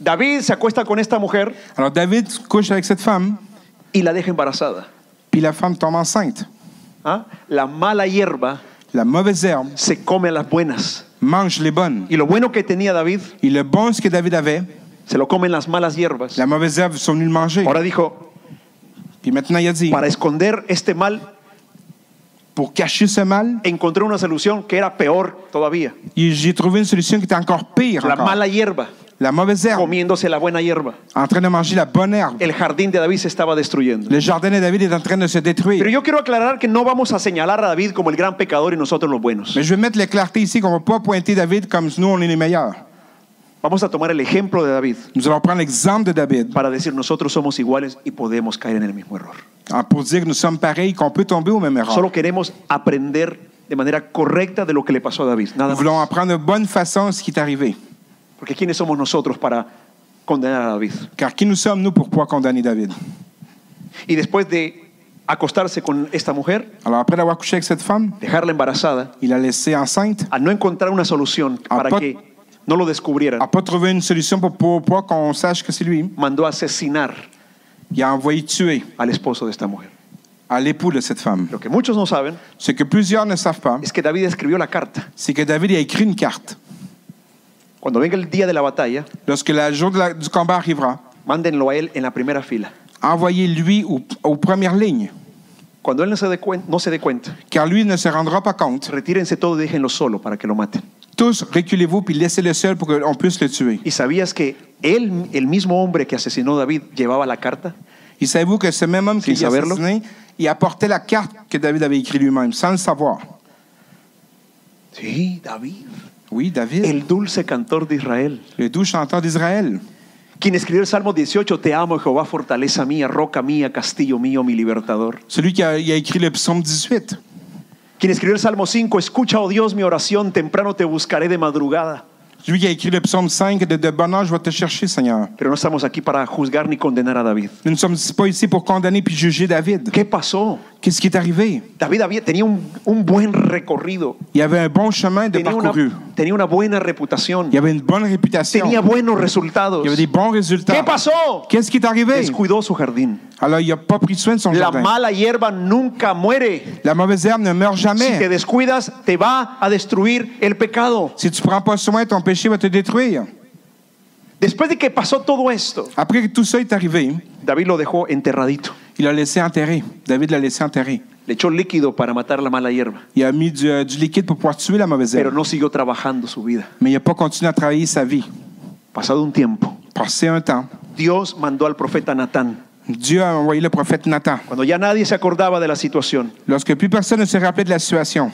B: David se acuesta con esta mujer
C: Alors David couche avec cette femme,
B: y la deja embarazada.
C: puis la femme tombe enceinte.
B: ¿Ah? La mala hierba
C: La mauvaise herbe
B: se come a las buenas.
C: mange les bonnes.
B: Y lo bueno que tenía David,
C: Et le bon, ce que David avait,
B: se lo comen las malas hierbas.
C: la mauvaise herbe sont venus le manger.
B: Ahora dijo,
C: Puis maintenant, il a dit,
B: para esconder este mal,
C: pour cacher ce mal,
B: encontré una solución que era peor todavía.
C: il- j'ai trouvé une solution qui était encore pire.
B: La
C: encore.
B: mala hierba,
C: La mauvaise herbe,
B: comiéndose la buena hierba.
C: en train de manger la bonne herbe.
B: El jardín de David se estaba destruyendo.
C: Le jardin de David est en train de se détruire.
B: Pero yo quiero aclarar que no vamos a señalar a David como el gran pecador y nosotros los buenos.
C: Mais je vais mettre la clarté ici qu'on ne va pas pointer David comme nous, on est les meilleurs.
B: Vamos a tomar el ejemplo de David
C: Nous allons prendre l'exemple de David
B: para decir nosotros somos iguales y podemos caer en el mismo error.
C: hein, pour dire que nous sommes pareils, qu'on peut tomber au même erreur.
B: Solo queremos aprender de manera correcta de lo que le pasó a David. Nada
C: Nous
B: más.
C: voulons apprendre de bonne façon ce qui est arrivé.
B: Porque ¿quiénes somos nosotros para condenar a David?
C: Car qui nous sommes, nous, pour pouvoir condamner David?
B: Y después de acostarse con esta mujer,
C: Alors, après l'avoir couché avec cette femme,
B: dejarla embarazada,
C: il l'a laissée enceinte,
B: al no encontrar una solución
C: Ah,
B: para
C: pa-
B: que no lo
C: n'a
B: descubrieran,
C: pas trouvé une solution pour pouvoir qu'on sache que c'est lui.
B: mandó a asesinar
C: Il a envoyé tuer
B: al esposo de esta mujer.
C: à l'époux de cette femme.
B: Lo que muchos no saben
C: Ce que plusieurs ne savent pas,
B: es que David escribió la carta.
C: c'est que David a écrit une carte.
B: Cuando venga el día de la batalla,
C: Lorsque le jour de la- du combat arrivera,
B: mándenlo a él en la primera fila.
C: envoyez-lui au- aux premières lignes,
B: Cuando él no se dé, cuen- no se dé cuenta,
C: car lui ne se rendra pas compte.
B: retírense todos y déjenlo solo para que lo maten.
C: Tous, reculez-vous puis laissez-le seul pour qu'on puisse le tuer.
B: ¿Y sabías que él, el mismo hombre que asesinó a David, llevaba la carta?
C: Et savez-vous que ce même homme qui
B: Sans
C: a
B: saberlo.
C: assassiné, il apportait la carte que David avait écrite lui-même, sans le savoir.
B: Sí, David.
C: Oui, David,
B: El dulce cantor de Israel.
C: le doux chanteur d'Israël,
B: Quien escribió el Salmo 18, te amo Jehová, fortaleza mía, roca mía, castillo mío, mi libertador.
C: celui qui a, il a écrit le psaume 18,
B: Quien escribió el Salmo 5, escucha, oh Dios, mi oración, temprano te buscaré de madrugada.
C: celui qui a écrit le psaume 5, de, de bonheur, je vais te chercher, Seigneur.
B: Pero no estamos aquí para juzgar ni condenar a David.
C: Nous ne sommes pas ici pour condamner puis juger David.
B: ¿Qué pasó?
C: Qu'est-ce qui est arrivé?
B: David había, tenía un, un buen recorrido.
C: Il y avait un bon chemin de
B: Tenía una,
C: parcouru.
B: tenía una buena reputación.
C: Il y avait une bonne réputation.
B: Tenía buenos resultados.
C: Il y avait des bons résultats.
B: ¿Qué pasó?
C: Qu'est-ce qui est arrivé?
B: Descuidó su jardín.
C: Alors, il n'a pas pris soin de son
B: La
C: jardin.
B: mala hierba nunca muere.
C: La mauvaise herbe ne meurt
B: Si te
C: jamais.
B: descuidas, te va a destruir el pecado.
C: Si tu prends pas soin, ton péché va te détruire.
B: Después de que pasó todo esto,
C: Après que tout ça est arrivé,
B: David lo dejó enterradito.
C: il l'a laissé enterrer. David l'a laissé enterrer.
B: Le echó líquido para matar la mala hierba,
C: Il a mis du, euh, du liquide pour pouvoir tuer la mauvaise
B: pero
C: herbe.
B: no siguió trabajando su vida.
C: Mais il n'a pas continué à travailler sa vie.
B: Pasado un tiempo,
C: Passé un temps,
B: Dios mandó al profeta Natán.
C: Dieu a envoyé le prophète Nathan.
B: Cuando ya nadie se acordaba de la situación,
C: Lorsque plus personne ne se rappelait de la situation,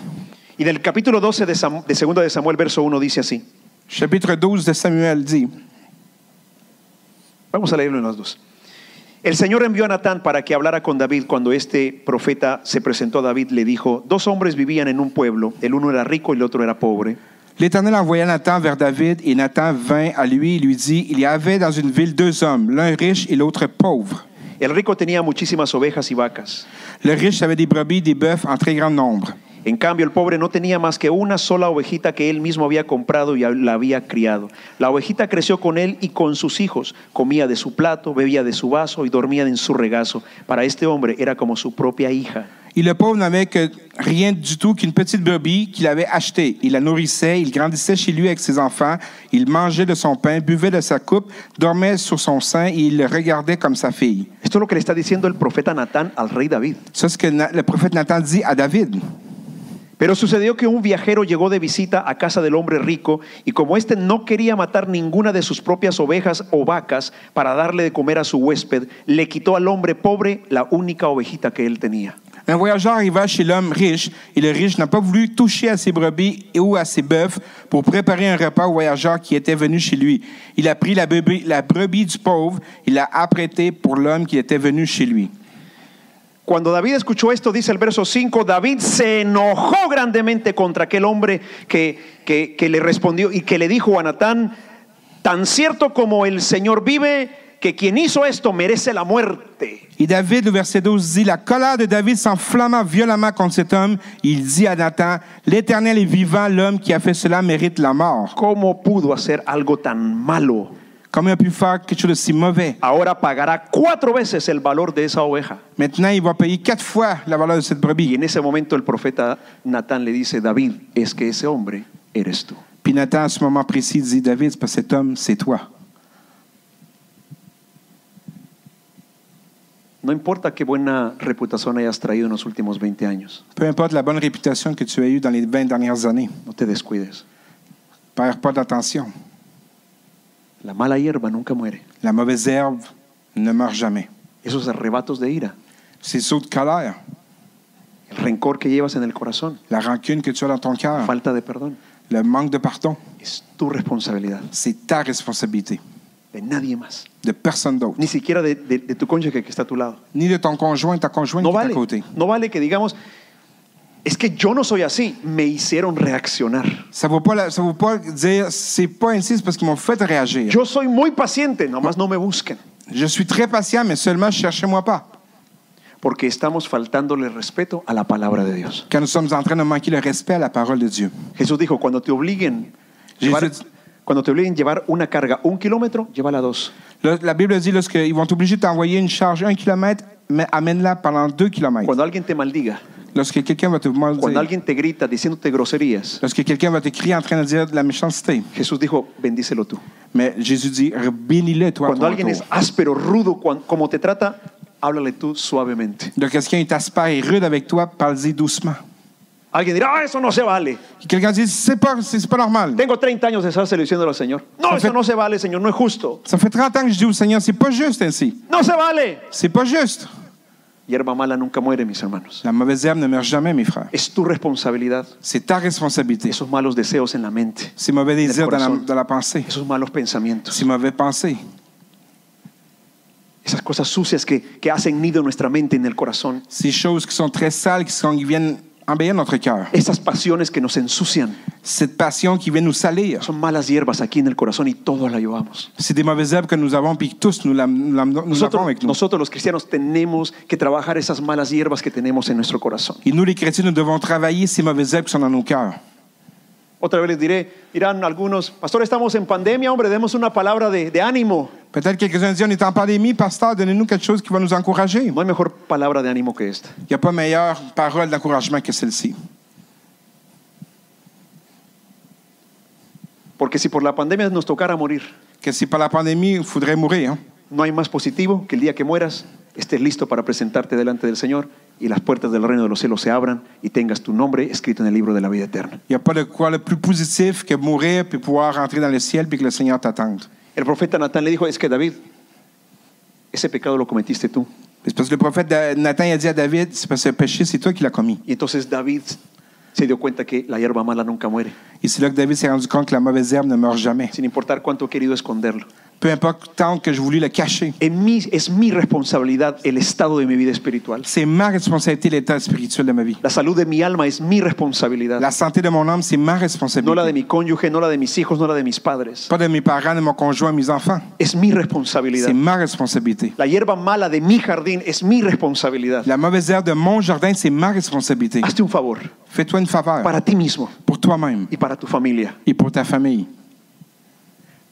B: y del capítulo 12 de, Sam- de Segunda de Samuel, verso 1 dice así.
C: chapitre 12 de Samuel dit
B: Vamos a leerlo en las dos. El Señor envió a Natán para que hablara con David. Cuando este profeta se presentó a David, le dijo, dos hombres vivían en un pueblo, el uno era rico y el otro era pobre.
C: L'Éternel envoya Nathan vers David, et Nathan vint à lui et lui dit Il y avait dans une ville deux hommes, l'un riche et l'autre pauvre.
B: El rico tenía muchísimas ovejas y vacas.
C: Le riche avait des brebis et des bœufs en très grand nombre.
B: En cambio, el pobre no tenía más que una sola ovejita que él mismo había comprado y la había criado. La ovejita creció con él y con sus hijos. Comía de su plato, bebía de su vaso y dormía en su regazo. Para este hombre era como su propia hija.
C: Et le pauvre n'avait que rien du tout qu'une petite brebis qu'il avait achetée. Il la nourrissait, il grandissait chez lui avec ses enfants, il mangeait de son pain, buvait de sa coupe, dormait sur son sein et il le regardait comme sa fille.
B: Esto es lo que le está diciendo el profeta Natán al rey David.
C: Ça, c'est ce que Na- le prophète Nathan dit à David.
B: Pero sucedió que un viajero llegó de visita a casa del hombre rico y como éste no quería matar ninguna de sus propias ovejas o vacas para darle de comer a su huésped, le quitó al hombre pobre la única ovejita que él tenía.
C: Un voyageur arriva chez l'homme riche et le riche n'a pas voulu toucher à ses brebis et- ou à ses bœufs pour préparer un repas au voyageur qui était venu chez lui. Il a pris la brebis, la brebis du pauvre, il l'a apprêtée pour l'homme qui était venu chez lui.
B: Cuando David escuchó esto, dice el verso 5, David se enojó grandemente contra aquel hombre que, que- que le respondió y que le dijo a Natán, tan cierto como el Señor vive, que quien hizo esto merece la muerte.
C: Et David, au verset 12, dit, La colère de David s'enflamma violemment contre cet homme. Il dit à Nathan, L'Éternel est vivant, l'homme qui a fait cela mérite la mort.
B: ¿Cómo pudo hacer algo tan malo?
C: Comment il a pu faire quelque chose de si mauvais?
B: Ahora pagará cuatro veces el valor de esa oveja.
C: Maintenant, il va payer quatre fois la valeur de cette
B: Y
C: brebis.
B: en ese momento el profeta Natán le dice, David, es que ese hombre eres tú.
C: Puis Nathan, à ce moment précis, dit, David, c'est parce que cet homme, c'est toi.
B: No importa qué buena reputación hayas traído en los últimos 20 años,
C: Peu importe la bonne réputation que tu as eue dans les 20 dernières années,
B: no te descuides.
C: perds pas d'attention.
B: La mala hierba nunca muere.
C: La mauvaise herbe ne meurt jamais.
B: Esos arrebatos de ira,
C: Ces sauts de colère,
B: el rencor que llevas en el corazón,
C: la rancune que tu as dans ton cœur,
B: falta de perdón,
C: le manque de pardon,
B: es tu responsabilidad,
C: c'est ta responsabilité,
B: de nadie más,
C: de personne d'autre,
B: ni siquiera de, de- de tu cónyuge que está a tu lado.
C: ni de ton conjoint, ta conjointe
B: No
C: qui est
B: vale,
C: à côté.
B: no vale que digamos, es que yo no soy así, me hicieron reaccionar.
C: Ça ne vaut, pas la- ça vaut pas dire, c'est pas ainsi, c'est parce qu'ils m'ont fait réagir.
B: Yo soy muy paciente, nomás no me busquen,
C: Je suis très patient, mais seulement cherchez-moi pas.
B: porque estamos faltándole respeto a la palabra de Dios.
C: Quand nous sommes en train de manquer le respect à la parole de Dieu.
B: Jesús dijo, cuando te obliguen, llevar-
C: Jesús-
B: cuando te obliguen a llevar una carga un kilómetro, llévala dos.
C: Là, La Bible dit, lorsqu'ils vont t'obliger de t'envoyer une charge un kilomètre, mais amène-la pendant deux kilomètres.
B: Cuando alguien te maldiga,
C: Lorsque quelqu'un va te
B: cuando
C: maldier,
B: alguien te grita diciéndote groserías,
C: lorsque quelqu'un va te crier en train de dire de la méchanceté,
B: Jesús dijo, bendícelo tú.
C: mais Jésus dit, bénis-le toi à
B: Cuando
C: ton
B: alguien es
C: retour.
B: áspero, rudo, cuan- como te trata, háblale tú suavemente.
C: Donc, quelqu'un est aspère et rude avec toi, parle-y doucement.
B: Alguien dirá, ah, eso no se vale.
C: Quelqu'un dit, c'est pas, c'est c'est pas normal.
B: Tengo 30 años de estar diciéndolo al Señor. No, eso no se vale, Señor, no es justo.
C: Ça fait 30 ans que je dis au Seigneur, c'est pas juste ainsi.
B: No se vale.
C: C'est pas juste.
B: Hierba mala nunca muere, mis hermanos.
C: La mauvaise herbe ne meurt jamais, mes frères.
B: Es tu responsabilidad.
C: C'est ta responsabilité.
B: Esos malos deseos en la mente,
C: Ces mauvais désirs dans la,
B: corazón.
C: dans la pensée,
B: esos malos pensamientos,
C: ces mauvaises pensées,
B: esas cosas sucias que, que hacen nido en nuestra mente, en el corazón,
C: ces choses qui sont très sales, qui, sont, qui viennent embellir notre cœur.
B: esas pasiones que nos ensucian,
C: Cette passion qui vient nous salir.
B: son malas hierbas aquí en el corazón y todos la llevamos.
C: C'est des mauvaises herbes que nous avons, puis tous nous l'am- nous l'am- nous l'avons
B: Nosotros,
C: avec nous.
B: nosotros los cristianos tenemos que trabajar esas malas hierbas que tenemos en nuestro corazón.
C: Et nous, les chrétiens, nous devons travailler ces mauvaises herbes qui sont dans nos cœurs.
B: Otra vez les diré, dirán algunos, pastor, estamos en pandemia, hombre, demos una palabra de, de ánimo.
C: Peut-être quelques-uns disent, on est en pandémie, pasteur, donnez-nous quelque chose qui va nous encourager.
B: No hay mejor palabra de ánimo que esta.
C: Il n'y a pas meilleure parole d'encouragement que celle-ci.
B: Porque si por la pandemia nos tocara morir,
C: Que si par la pandémie, il faudrait mourir. hein.
B: no hay más positivo que el día que mueras estés listo para presentarte delante del Señor y las puertas del reino de los cielos se abran y tengas tu nombre escrito en el libro de la vida eterna.
C: Il n'y a pas de quoi le plus positif que mourir puis pouvoir rentrer dans le ciel puis que le Seigneur t'attende.
B: El profeta Natán le dijo, es que David, ese pecado lo cometiste tú.
C: C'est parce que le prophète Da- Nathan il a dit à David, c'est parce que le péché, c'est toi qui l'as commis.
B: Y entonces David se dio cuenta que la hierba mala nunca muere,
C: Et c'est là que David s'est rendu compte que la mauvaise herbe ne meurt jamais.
B: sin importar cuánto he querido esconderlo.
C: Peu importe tant que je voulais le cacher.
B: En mí, es mi responsabilidad el estado de mi vida espiritual.
C: C'est ma responsabilité, l'état spirituel de ma vie.
B: La salud de mi alma es mi responsabilidad.
C: La santé de mon âme, c'est ma
B: No la de
C: responsabilité.
B: mi cónyuge, no la de mis hijos, no la de mis padres.
C: Pas de mes parents, de mon conjoint, mes enfants.
B: Es mi responsabilidad.
C: C'est ma responsabilité.
B: La hierba mala de mi jardín es mi responsabilidad.
C: La mauvaise herbe de mon jardin, c'est ma responsabilité.
B: Hazte un favor
C: Fais-toi une faveur
B: Ah. para ti mismo
C: pour toi-même
B: y para tu familia.
C: et pour ta famille.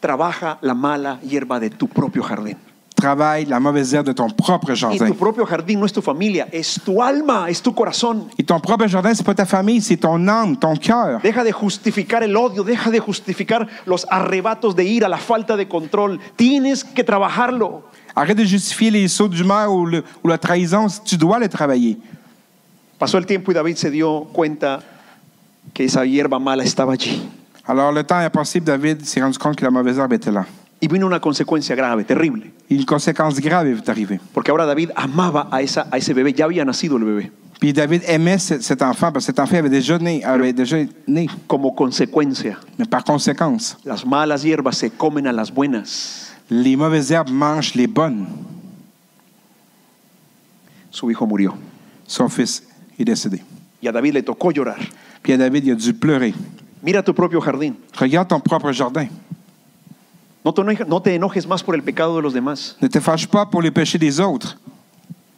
B: Trabaja la mala hierba de tu propio jardín.
C: travailles la mauvaise herbe de ton propre
B: Y
C: jardin.
B: tu propio jardín no es tu familia, es tu alma, es tu corazón.
C: Et ton propre jardin, c'est pas ta famille, c'est ton âme, ton cœur.
B: Deja de justificar el odio, deja de justificar los arrebatos de ira, la falta de control. Tienes que trabajarlo.
C: Arrête de justifier les sauts d'humeur ou, le- ou la trahison. Tu dois le travailler.
B: Pasó el tiempo y David se dio cuenta que esa hierba mala estaba allí.
C: Alors, le temps est passé, puis David s'est rendu compte que la mauvaise herbe était là.
B: Y vino una consecuencia grave, terrible.
C: Une conséquence grave est arrivée.
B: Porque ahora David amaba a, esa, a ese bebé, ya había nacido el bebé.
C: Puis David aimait ce- cet enfant, parce que cet enfant avait déjà né, avait déjà né.
B: Como consecuencia,
C: Mais par conséquence,
B: las malas hierbas se comen a las buenas.
C: les mauvaises herbes mangent les bonnes.
B: Su hijo murió.
C: Son fils est décédé.
B: Y a David le tocó llorar.
C: Puis à David, il a dû pleurer.
B: Mira tu propio jardín.
C: Regarde ton propre jardin.
B: No te, enoje- no te enojes más por el pecado de los demás.
C: Ne te fâche pas pour les péchés des autres.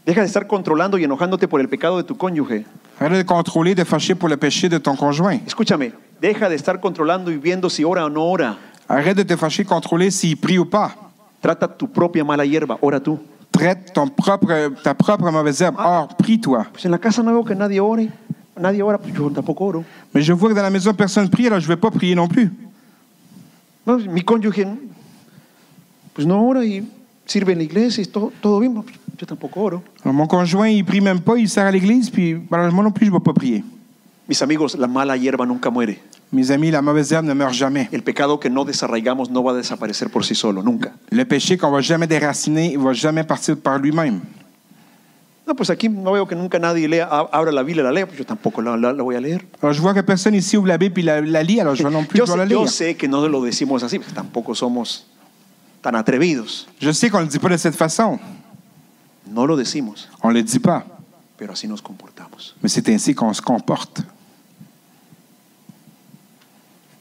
B: Deja de estar controlando y enojándote por el pecado de tu cónyuge.
C: Arrête de contrôler, de fâcher pour le péché de ton conjoint.
B: Escúchame, deja de estar controlando y viendo si ora o no ora.
C: Arrête de te fâcher, contrôler s'il prie ou pas.
B: Trata tu propia mala hierba, ora tú.
C: Traite ton propre, ta propre mauvaise herbe. Or, prie-toi.
B: Pues en la casa no veo que nadie ore. Nadie ora, pues yo tampoco oro.
C: Mais je vois que dans la maison, personne ne prie, alors je ne vais pas prier non plus.
B: No, mi cónyuge, pues no ora y sirve en la iglesia y todo, todo bien. pues Yo tampoco oro.
C: Alors, mon conjoint, il prie même pas, il sert à l'église, puis alors, moi non plus, je ne vais pas prier.
B: Mis amigos, la mala hierba nunca muere.
C: Mes amis, la mauvaise herbe ne meurt jamais.
B: El pecado que no desarraigamos no va a desaparecer por sí solo, nunca.
C: Le péché qu'on va jamais déraciner, il va jamais partir par lui-même.
B: No, pues aquí no veo que nunca nadie lea, a- abra la Biblia y la lea, pues yo tampoco la, la- la voy a leer.
C: Alors, je vois que personne ici ouvre la Bible puis la, la lit, alors je vais non plus
B: Pues Yo
C: je vais la
B: sé,
C: lire.
B: yo sé que no lo decimos así, porque tampoco somos tan atrevidos.
C: Je sais qu'on ne le dit pas de cette façon.
B: No lo decimos,
C: On ne le dit pas,
B: pero así nos comportamos.
C: mais c'est ainsi qu'on se comporte.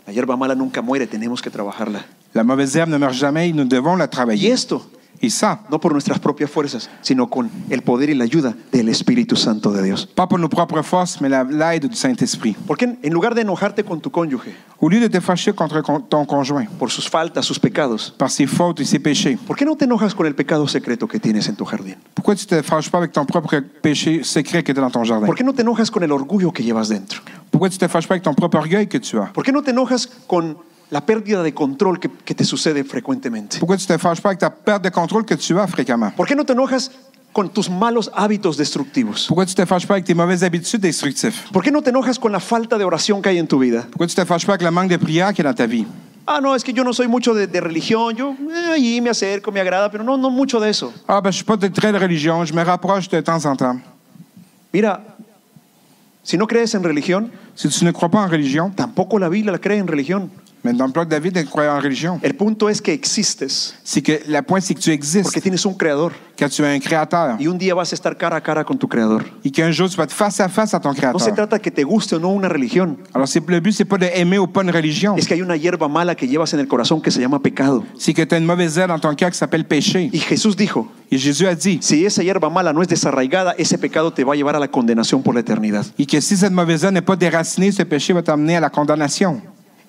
B: La hierba mala nunca muere, tenemos que trabajarla.
C: La mauvaise herbe ne meurt jamais et nous devons la
B: Y
C: travailler.
B: esto,
C: Et ça,
B: no por nuestras propias fuerzas, sino con el poder y la ayuda del Espíritu Santo de Dios.
C: pas pour nos propres forces, mais la- l'aide du Saint-Esprit.
B: Porque en- en lugar de enojarte con tu cónyuge
C: Au lieu de te fâcher contre con- ton conjoint
B: por sus faltas, sus pecados,
C: par ses fautes et ses péchés,
B: ¿por qué no te enojas con el pecado secreto que tienes en tu jardín?
C: pourquoi tu ne te fâches pas avec ton propre péché secret que tu as dans ton jardin?
B: ¿Por qué no te enojas con el orgullo que llevas dentro?
C: Pourquoi tu ne te fâches pas avec ton propre orgueil que tu as?
B: ¿Por qué no te enojas con la pérdida de control que, que te sucede frecuentemente?
C: Pourquoi tu ne te fâches pas avec ta perte de contrôle que tu as fréquemment?
B: ¿Por qué no te enojas con tus malos hábitos destructivos?
C: Pourquoi tu ne te fâches pas avec tes mauvaises habitudes destructives?
B: ¿Por qué no te enojas con la falta de oración que hay en tu vida?
C: Pourquoi tu te fâches pas avec le manque de prière qui est dans ta vie?
B: Ah, no, es que yo no soy mucho de, de religión, yo eh, ahí me acerco, me agrada, pero no, no mucho de eso.
C: Ah, ben, je suis pas de très de religion, je me rapproche de temps en temps.
B: Mira, si no crees en religión,
C: Si tu ne crois pas en religion,
B: tampoco la Biblia la cree en religión.
C: mais dans le bloc de David, il croyait en religion.
B: El punto es que existes
C: C'est que la point, c'est que tu
B: porque
C: existes,
B: tienes un creador
C: que tu as un créateur
B: y un día vas a estar cara a cara con tu creador.
C: et qu'un jour tu vas être face à face à ton
B: No se
C: créateur.
B: trata que te guste o no una religión,
C: Alors, c'est, le but, c'est pas d'aimer ou pas une religion.
B: es que hay una hierba mala que llevas en el corazón que se llama pecado.
C: C'est que tu as une mauvaise aile dans ton cœur qui s'appelle péché.
B: Y Jesús dijo,
C: Et Jésus a dit
B: si esa hierba mala no es desarraigada, ese pecado te va a llevar a la condenación por la eternidad.
C: et que si cette mauvaise aile n'est pas déracinée, ce péché va t'amener à la condamnation.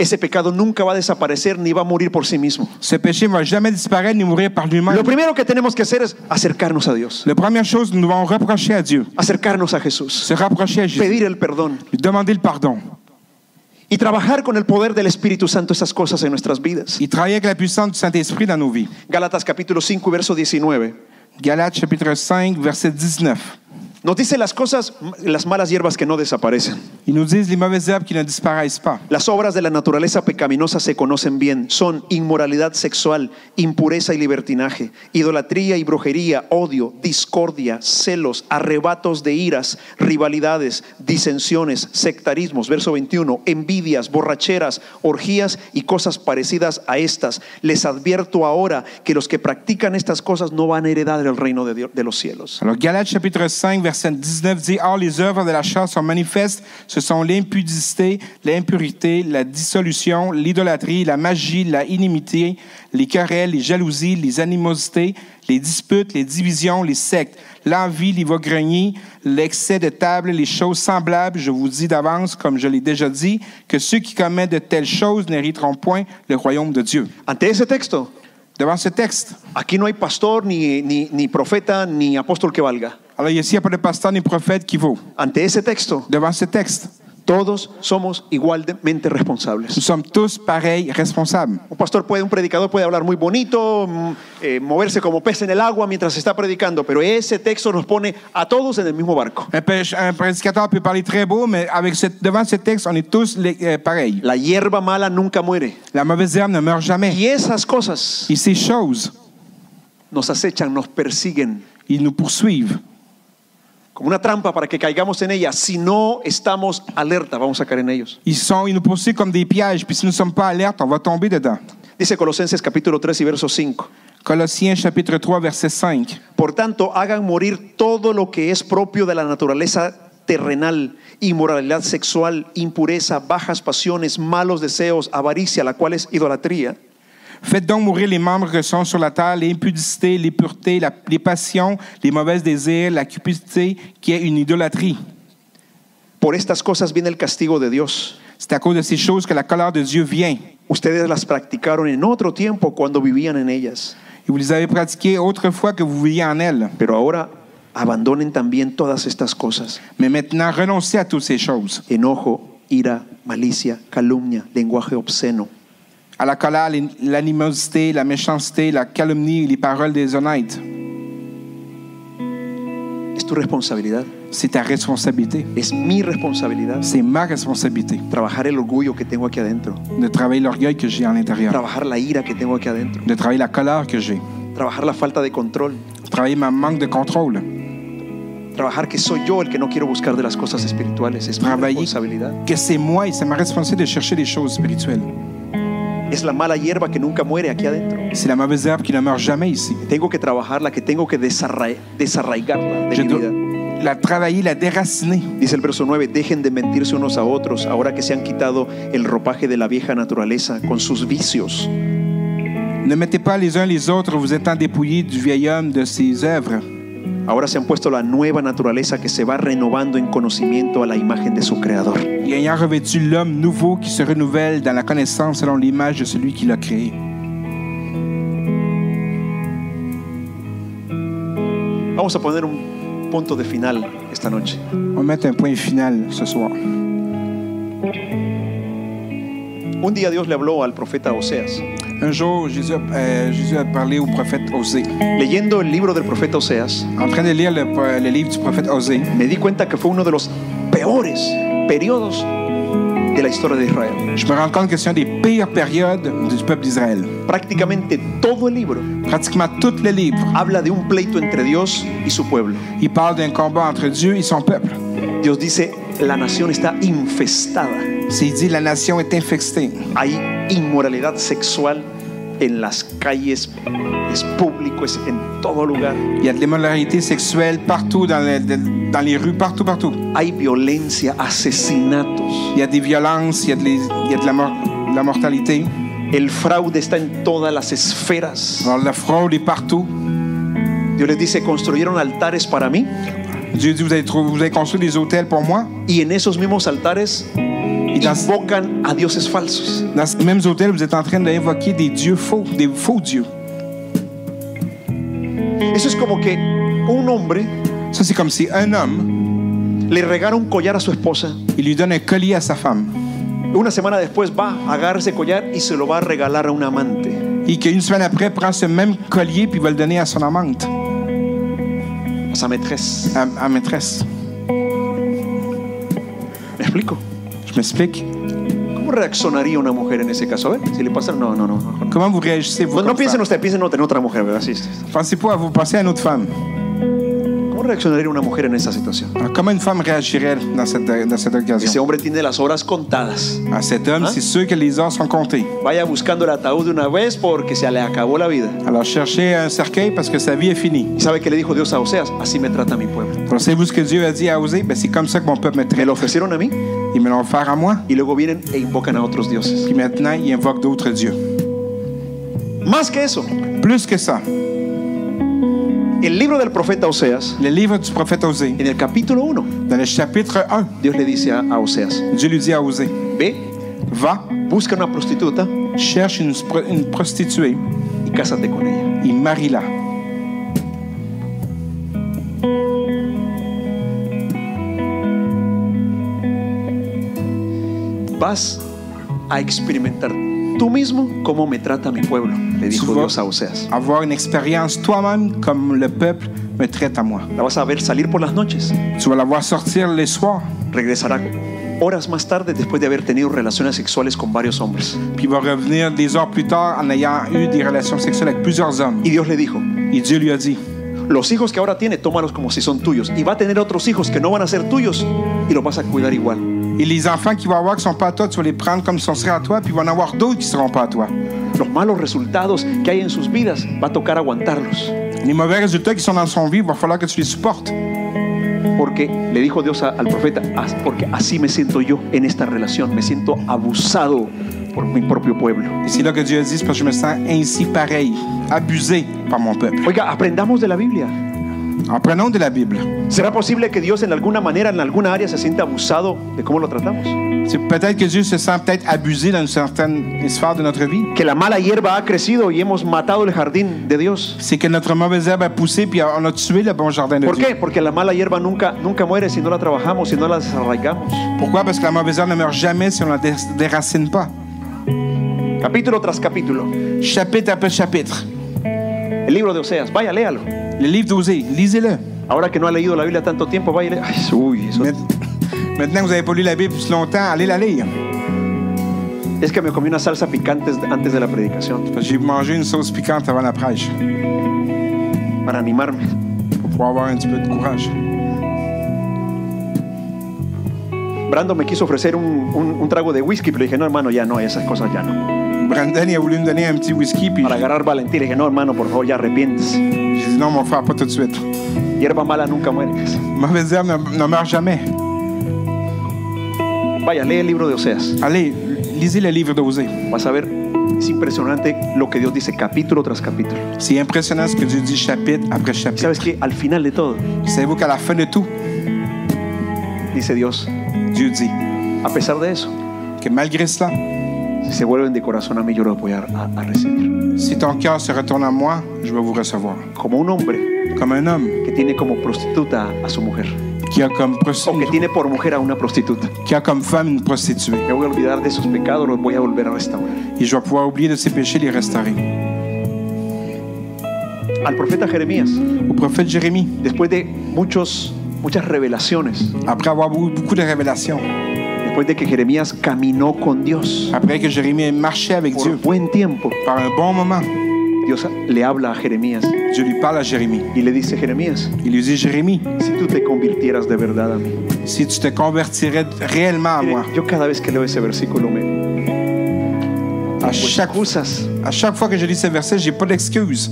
B: Ese pecado nunca va a desaparecer ni va a morir por sí mismo.
C: Ce péché ne va jamais disparaître ni mourir par lui-même.
B: Lo primero que tenemos que hacer es acercarnos a Dios,
C: La première chose, nous devons reprocher à Dieu,
B: acercarnos a Jesús,
C: se rapprocher à Jésus,
B: pedir el perdón
C: lui demander le pardon.
B: y trabajar con el poder del Espíritu Santo esas cosas en nuestras vidas.
C: Il travaille avec la puissance du Saint-Esprit dans nos vies.
B: Gálatas capítulo 5, verso 19.
C: Galates chapitre 5, verset 19.
B: Nos dice las cosas, las malas hierbas que no desaparecen.
C: Ils nous disent les mauvaises herbes qui ne disparaissent pas.
B: Las obras de la naturaleza pecaminosa se conocen bien. Son inmoralidad sexual, impureza y libertinaje, idolatría y brujería, odio, discordia, celos, arrebatos de iras, rivalidades, disensiones, sectarismos, verso 21, envidias, borracheras, orgías y cosas parecidas a estas. Les advierto ahora que los que practican estas cosas no van a heredar el reino de, Dios- de los cielos.
C: Alors Galates chapitre 5, verset 19 dit Or les œuvres de la chair sont manifestes, ce sont l'impudicité, l'impurité, la dissolution, l'idolâtrie, la magie, la inimité, les querelles, les jalousies, les animosités, les disputes, les divisions, les sectes, l'envie, l'ivrognerie, l'excès de table, les choses semblables. Je vous dis d'avance, comme je l'ai déjà dit, que ceux qui commettent de telles choses n'hériteront point le royaume de Dieu.
B: Ante ese texto,
C: devant ce texte.
B: Aquí no hay pastor, ni, ni, ni profeta, ni apóstol que valga.
C: Alors ici, il n'y a pas de pasteur ni prophète qui vaut.
B: Ante ese texto,
C: Devant ce texte,
B: todos somos igualmente
C: nous
B: responsables.
C: sommes tous pareils, responsables.
B: Un pastor puede, un predicador puede hablar muy bonito, mm, eh, moverse como pez en el agua mientras está predicando, pero ese texto nos pone a todos en el mismo barco.
C: Un, prêche- un prédicateur peut parler très beau, mais avec ce- devant ce texte, on est tous les- euh, pareils.
B: La hierba mala nunca muere.
C: La mauvaise herbe ne meurt jamais.
B: Y esas cosas
C: Et ces choses,
B: nos acechan, nos persiguen
C: ils nous poursuivent.
B: como una trampa para que caigamos en ellas. Si no estamos alerta, vamos a caer en ellos.
C: Ils, sont, ils nous poursuivent comme des pièges, puis si nous ne sommes pas alertes, on va tomber dedans.
B: Dice Colosenses capítulo 3 y verso 5.
C: Colossiens chapitre 3, verset 5.
B: Por tanto, hagan morir todo lo que es propio de la naturaleza terrenal, inmoralidad sexual, impureza, bajas pasiones, malos deseos, avaricia, la cual es idolatría.
C: Faites donc mourir les membres que sont sur la terre, l'impudicité, l'impureté, la- les passions, les mauvais désirs, la cupidité, qui est une idolâtrie.
B: Por estas cosas viene el castigo de Dios.
C: C'est à cause de ces choses que la colère de Dieu vient. Et
B: Ustedes las practicaron en otro tiempo cuando vivían en ellas,
C: vous les avez pratiquées autrefois que vous viviez en elles.
B: pero ahora abandonen también todas estas cosas.
C: Mais maintenant, renoncez à toutes ces choses.
B: Enojo, ira, malicia, calumnia, lenguaje obsceno.
C: À la colère, l'in- l'animosité, la méchanceté, la calomnie, les paroles déshonnêtes.
B: Es tu responsabilidad,
C: C'est ta responsabilité.
B: es mi responsabilidad
C: C'est ma responsabilité
B: trabajar el orgullo que tengo aquí adentro,
C: de travailler l'orgueil que j'ai en l'intérieur,
B: trabajar la ira que tengo aquí adentro.
C: de travailler la colère que j'ai,
B: trabajar la falta de control,
C: de travailler ma manque de contrôle,
B: trabajar que soy yo el que no quiero buscar de las cosas espirituales, es mi
C: travailler
B: responsabilidad.
C: que c'est moi et c'est ma responsabilité de chercher les choses spirituelles.
B: Es la mala hierba que nunca muere aquí adentro.
C: C'est la mauvaise herbe qui ne meurt jamais ici.
B: Tengo que trabajarla, que tengo que desarra- desarraigarla de
C: Je
B: mi
C: dois
B: vida.
C: la travailler, la déraciner.
B: Dice el verso 9, dejen de mentirse unos a otros ahora que se han quitado el ropaje de la vieja naturaleza con sus vicios.
C: Ne mettez pas les uns les autres vous étant dépouillés du vieil homme de ses œuvres.
B: Ahora se han puesto la nueva naturaleza que se va renovando en conocimiento a la imagen de su creador.
C: et ayant revêtu l'homme nouveau qui se renouvelle dans la connaissance selon l'image de celui qui l'a créé.
B: Vamos a poner un punto de final esta noche.
C: On met un point final ce soir.
B: Un día Dios le habló al profeta Oseas.
C: Un jour, Jésus, a- euh, Jésus a parlé au prophète Osée.
B: Leyendo el libro del profeta Oseas,
C: En train de lire le, le livre du prophète Osée,
B: me di cuenta que fue uno de los peores periodos de la historia de Israel.
C: je me rends compte que c'est une des pires périodes du peuple d'Israël.
B: Prácticamente todo el libro
C: Pratiquement tout le livre,
B: habla de un pleito entre Dios y su pueblo.
C: il parle d'un combat entre Dieu et son peuple.
B: Dios dice, la nación está infestada.
C: C'est dit, la nation est infestée.
B: Hay inmoralidad sexual en las calles, es público, es en todo lugar.
C: Il y a de l'immoralité sexuelle partout, dans, le- de- dans les rues, partout, partout.
B: Hay violencia, asesinatos.
C: Il y a des violences, il y a de, les- il y a de la mor- de la mortalité.
B: El fraude está en todas las esferas.
C: Alors, la fraude est partout.
B: Dios les dice, construyeron altares para mí
C: Dieu dit, vous avez, trouvé- vous avez construit des hôtels pour moi.
B: y en esos mismos altares
C: Et dans, ce-
B: invocan a dioses falsos.
C: dans ces mêmes hôtels, vous êtes en train d'invoquer des dieux faux, des faux dieux.
B: Eso es como que un hombre
C: Ça, c'est comme si un homme,
B: le regara un collar a su esposa.
C: il lui donne un collier à sa femme.
B: Una semana después va a agarrar ese collar y se lo va a regalar a un amante.
C: Et qu'une semaine après, prend ce même collier puis va le donner à son amante,
B: A esa maîtresse.
C: à, à maîtresse.
B: ¿Me explico?
C: Je m'explique.
B: ¿Cómo reaccionaría una mujer en ese caso? A ver, si le pasa. No, no, no. mejor no.
C: Comment vous réagissez, vous?
B: No, no
C: comme
B: piensen
C: femme?
B: ustedes, piensen en otra mujer, ¿verdad? Sí, sí, sí.
C: Pensez pas à vous penser à une autre femme.
B: ¿Cómo reaccionaría una mujer en esa situación?
C: Alors, Ah, comment une femme réagirait dans cette, dans cette
B: Ese
C: occasion?
B: hombre tiene las horas contadas.
C: À cet homme,
B: Hein?
C: c'est sûr que les heures sont comptées.
B: Vaya buscando el ataúd de una vez porque se le acabó la vida.
C: Alors, cherchez un cercueil parce que sa vie est finie.
B: ¿Y sabe qué le dijo Dios a Oseas? Así me trata mi pueblo.
C: Alors, savez-vous ce que Dieu a dit à Osée? Ben, c'est comme ça que mon peuple me
B: Me
C: traite.
B: lo ofrecieron a mí
C: Ils me l'ont offert à moi.
B: y luego vienen e invocan a otros dioses.
C: Puis maintenant, il invoque d'autres dieux.
B: Más que eso,
C: Plus que ça,
B: el libro del profeta Oseas,
C: le livre du prophète Osée,
B: en el capítulo 1,
C: dans le chapitre 1,
B: Dios le dice a, a Oseas,
C: Dieu lui dit à Osée,
B: ve,
C: va,
B: busca una prostituta
C: cherche une, pro- une prostituée
B: y cásate con ella.
C: Il marie là.
B: Vas a experimentar tú mismo cómo me trata mi pueblo, le dijo
C: Souvent.
B: Dios a Oseas.
C: Avoir une expérience toi-même comme le peuple me traite à moi.
B: La vas a ver salir por las noches.
C: Tu vas la voir sortir les soirs,
B: Regresará horas más tarde después de haber tenido relaciones sexuales con varios hombres.
C: puis il va revenir des heures plus tard en ayant eu des relations sexuelles avec plusieurs hommes.
B: Y Dios le dijo,
C: Et Dieu lui a dit,
B: los hijos que ahora tiene, tómalos como si son tuyos. Y va a tener otros hijos que no van a ser tuyos y los vas a cuidar igual.
C: et les enfants qui vont avoir qui sont pas à toi, tu vas les prendre comme si on serait à toi, puis il va en avoir d'autres qui seront pas à toi.
B: Los malos resultados que hay en sus vidas va a tocar aguantarlos.
C: Les mauvais résultats qui sont dans son vie, il va falloir que tu les supportes.
B: Porque le dijo Dios a- al profeta, "As- porque así me siento yo en esta relación, me siento abusado por mi propio pueblo.
C: Et c'est là que Dieu a dit, c'est parce que je me sens ainsi pareil, abusé par mon peuple.
B: Oiga, aprendamos de la Biblia.
C: En prenant de la Bible,
B: ¿Será posible que Dios en alguna manera, en alguna área, se sienta abusado de cómo lo tratamos?
C: c'est peut-être que Dieu se sent peut-être abusé dans une certaine sphère de notre vie.
B: Que la mala hierba ha crecido y hemos matado el jardín de Dios.
C: C'est que notre mauvaise herbe a poussé, puis on a tué le bon jardin de
B: ¿Por
C: Dieu.
B: qué? Porque la mala hierba nunca, nunca muere si no la trabajamos, si no la desarraigamos.
C: Pourquoi? Parce que la mauvaise herbe ne meurt jamais si on ne la dé- déracine pas.
B: Capítulo tras capítulo.
C: Chapitre après chapitre.
B: El libro de Oseas, vaya, léalo.
C: Le livre d'Osée, lisez-le.
B: Ahora que no ha leído la Biblia tanto tiempo, vaya, y lé- Ay, uy, eso-
C: Maintenant que vous n'avez pas lu la Bible plus longtemps, allez la lire.
B: es que me comí una salsa picante antes de la predicación
C: Parce que J'ai mangé une sauce piquante avant la prêche
B: para animarme.
C: pour pouvoir avoir un petit peu de courage.
B: Brando me quiso ofrecer un, un- un trago de whisky, pero le dije, no, hermano, ya no, esas cosas ya no.
C: Brandon il a voulu me donner un petit whisky, puis
B: Para agarrar valentía, le dije, no, hermano, por favor, ya arrepientes.
C: j'ai dit non, mon frère, pas tout de suite.
B: Hierba mala nunca mueres.
C: Mauvaise herbe ne, ne meurt jamais.
B: Vaya, lee el libro de Oseas.
C: Allez, lisez le livre d'Osée.
B: Vas a ver, es impresionante lo que Dios dice capítulo tras capítulo.
C: C'est impressionnant ce que Dieu dit chapitre après
B: Y
C: chapitre.
B: sabes que al final de todo,
C: Savez-vous qu'à la fin de tout,
B: dice Dios,
C: Dieu dit
B: a pesar de eso,
C: que malgré cela,
B: si se vuelven de corazón a mí, yo lo voy a, a- a recibir.
C: si ton cœur se retourne à moi, je vais vous recevoir.
B: Como un hombre
C: Comme un homme
B: que tiene como prostituta a su mujer,
C: qui a comme, prosti-
B: o que tiene por mujer a una prostituta.
C: qui a comme femme une prostituée.
B: Me voy a olvidar de esos pecados, los voy a volver a restaurar.
C: Et je vais pouvoir oublier de ses péchés, les restaurer.
B: Al profeta Jeremías,
C: Au prophète Jérémie,
B: después de muchos, muchas revelaciones,
C: après avoir eu beaucoup de révélations,
B: después de que Jeremías caminó con Dios
C: après que Jérémie ait marché avec
B: por
C: Dieu
B: buen tiempo,
C: par un bon moment,
B: Dios le habla a Jeremías
C: Dieu lui parle à Jérémie.
B: y le dice, Jeremías,
C: Il lui dit Jérémie,
B: si tú te convirtieras de verdad a mí.
C: si tu te convertirais réellement à
B: Mire,
C: moi,
B: Yo cada vez que leo ese versículo me
C: à
B: pues,
C: chaque,
B: acusas
C: à chaque fois que je lis ce verset, j'ai pas d'excuse.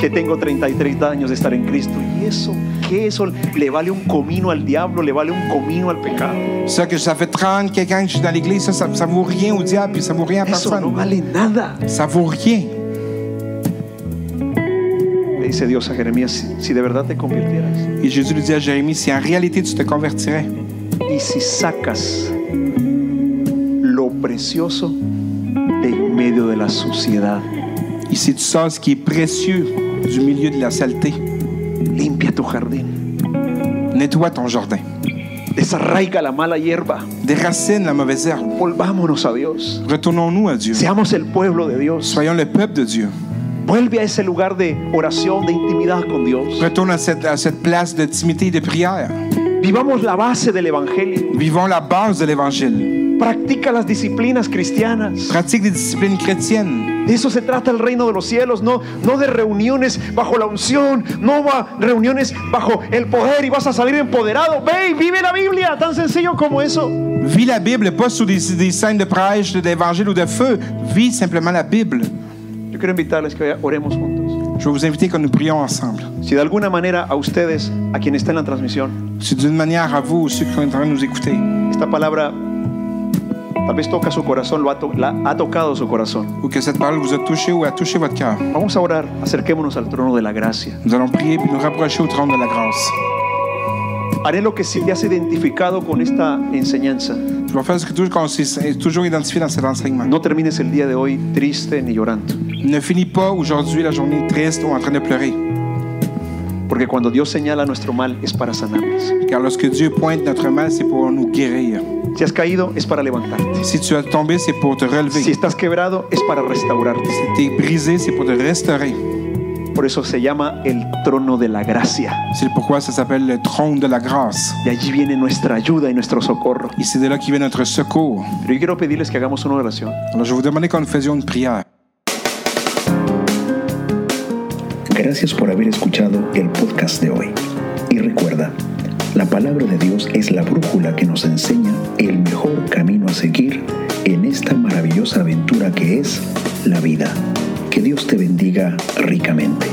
B: que tengo 33 años de estar en Cristo. ¿Y eso qué? Eso le vale un comino al diablo, le vale un comino al pecado.
C: Ça que ça fait 30 quelqu'un que je suis dans l'église, ça, ça, ça vaut rien au diable, puis ça vaut rien à
B: Eso no
C: personne.
B: vale nada.
C: Ça vaut rien.
B: Le dice Dios a Jeremías, si, si de verdad te convirtieras
C: Et Jésus lui dit à Jérémie, si en réalité tu te convertirais,
B: y si sacas lo precioso de en medio de la suciedad,
C: et si tu sors ce qui est précieux du milieu de la saleté,
B: limpia tu jardín,
C: nettoie ton jardin,
B: desarraiga la mala hierba,
C: déracine la mauvaise herbe,
B: volvámonos a Dios,
C: retournons-nous à Dieu,
B: seamos el pueblo de Dios,
C: soyons le peuple de Dieu,
B: vuelve a ese lugar de oración, de intimidad con Dios,
C: retourne à cette, à cette place de timidité et de prière,
B: vivamos la base del Evangelio,
C: vivons la base de l'Évangile,
B: practica las disciplinas cristianas.
C: pratique des disciplines chrétiennes.
B: De eso se trata el reino de los cielos, no, no de reuniones bajo la unción, no va reuniones bajo el poder y vas a salir empoderado. Ve y vive la Biblia, tan sencillo como eso.
C: Vis la Bible, pas sous des, des scènes de prêche, d'évangile ou de feu. Vis simplement la Bible.
B: Yo quiero invitarles que oremos juntos.
C: Je vais vous inviter que nous prions ensemble.
B: Si de alguna manera a ustedes, a quien está en la transmisión,
C: Si d'une manière à vous, ceux qui sont en train de nous écouter,
B: esta palabra tal vez toca su corazón, lo ha, to- la, ha tocado su corazón.
C: ou que cette parole vous a touché ou a touché votre cœur,
B: Vamos a orar, acerquémonos al trono de la gracia.
C: nous allons prier puis nous rapprocher au trône de la grâce.
B: Haré lo que si te has identificado con esta enseñanza.
C: Je vais faire ce que tu est toujours identifié dans cet enseignement.
B: No termines el día de hoy triste ni llorando.
C: Ne finis pas aujourd'hui la journée triste ou en train de pleurer.
B: Porque cuando Dios señala nuestro mal es para sanarnos.
C: Car lorsque Dieu pointe notre mal, c'est pour nous guérir.
B: Si has caído es para levantarte.
C: Si tu as tombé, c'est pour te relever.
B: Si
C: Si
B: estás quebrado es para restaurarte.
C: tu es brisé, c'est pour te restaurer.
B: Por eso se llama el trono de la gracia.
C: C'est pourquoi ça s'appelle le trône de la grâce.
B: De allí viene nuestra ayuda y nuestro socorro.
C: Et c'est de là qui vient notre secours.
B: Pero yo quiero pedirles que hagamos una oración.
C: Alors je vais vous demander quand nous faisions une prière.
A: Gracias por haber escuchado el podcast de hoy. Y recuerda, la palabra de Dios es la brújula que nos enseña el mejor camino a seguir en esta maravillosa aventura que es la vida. Que Dios te bendiga ricamente.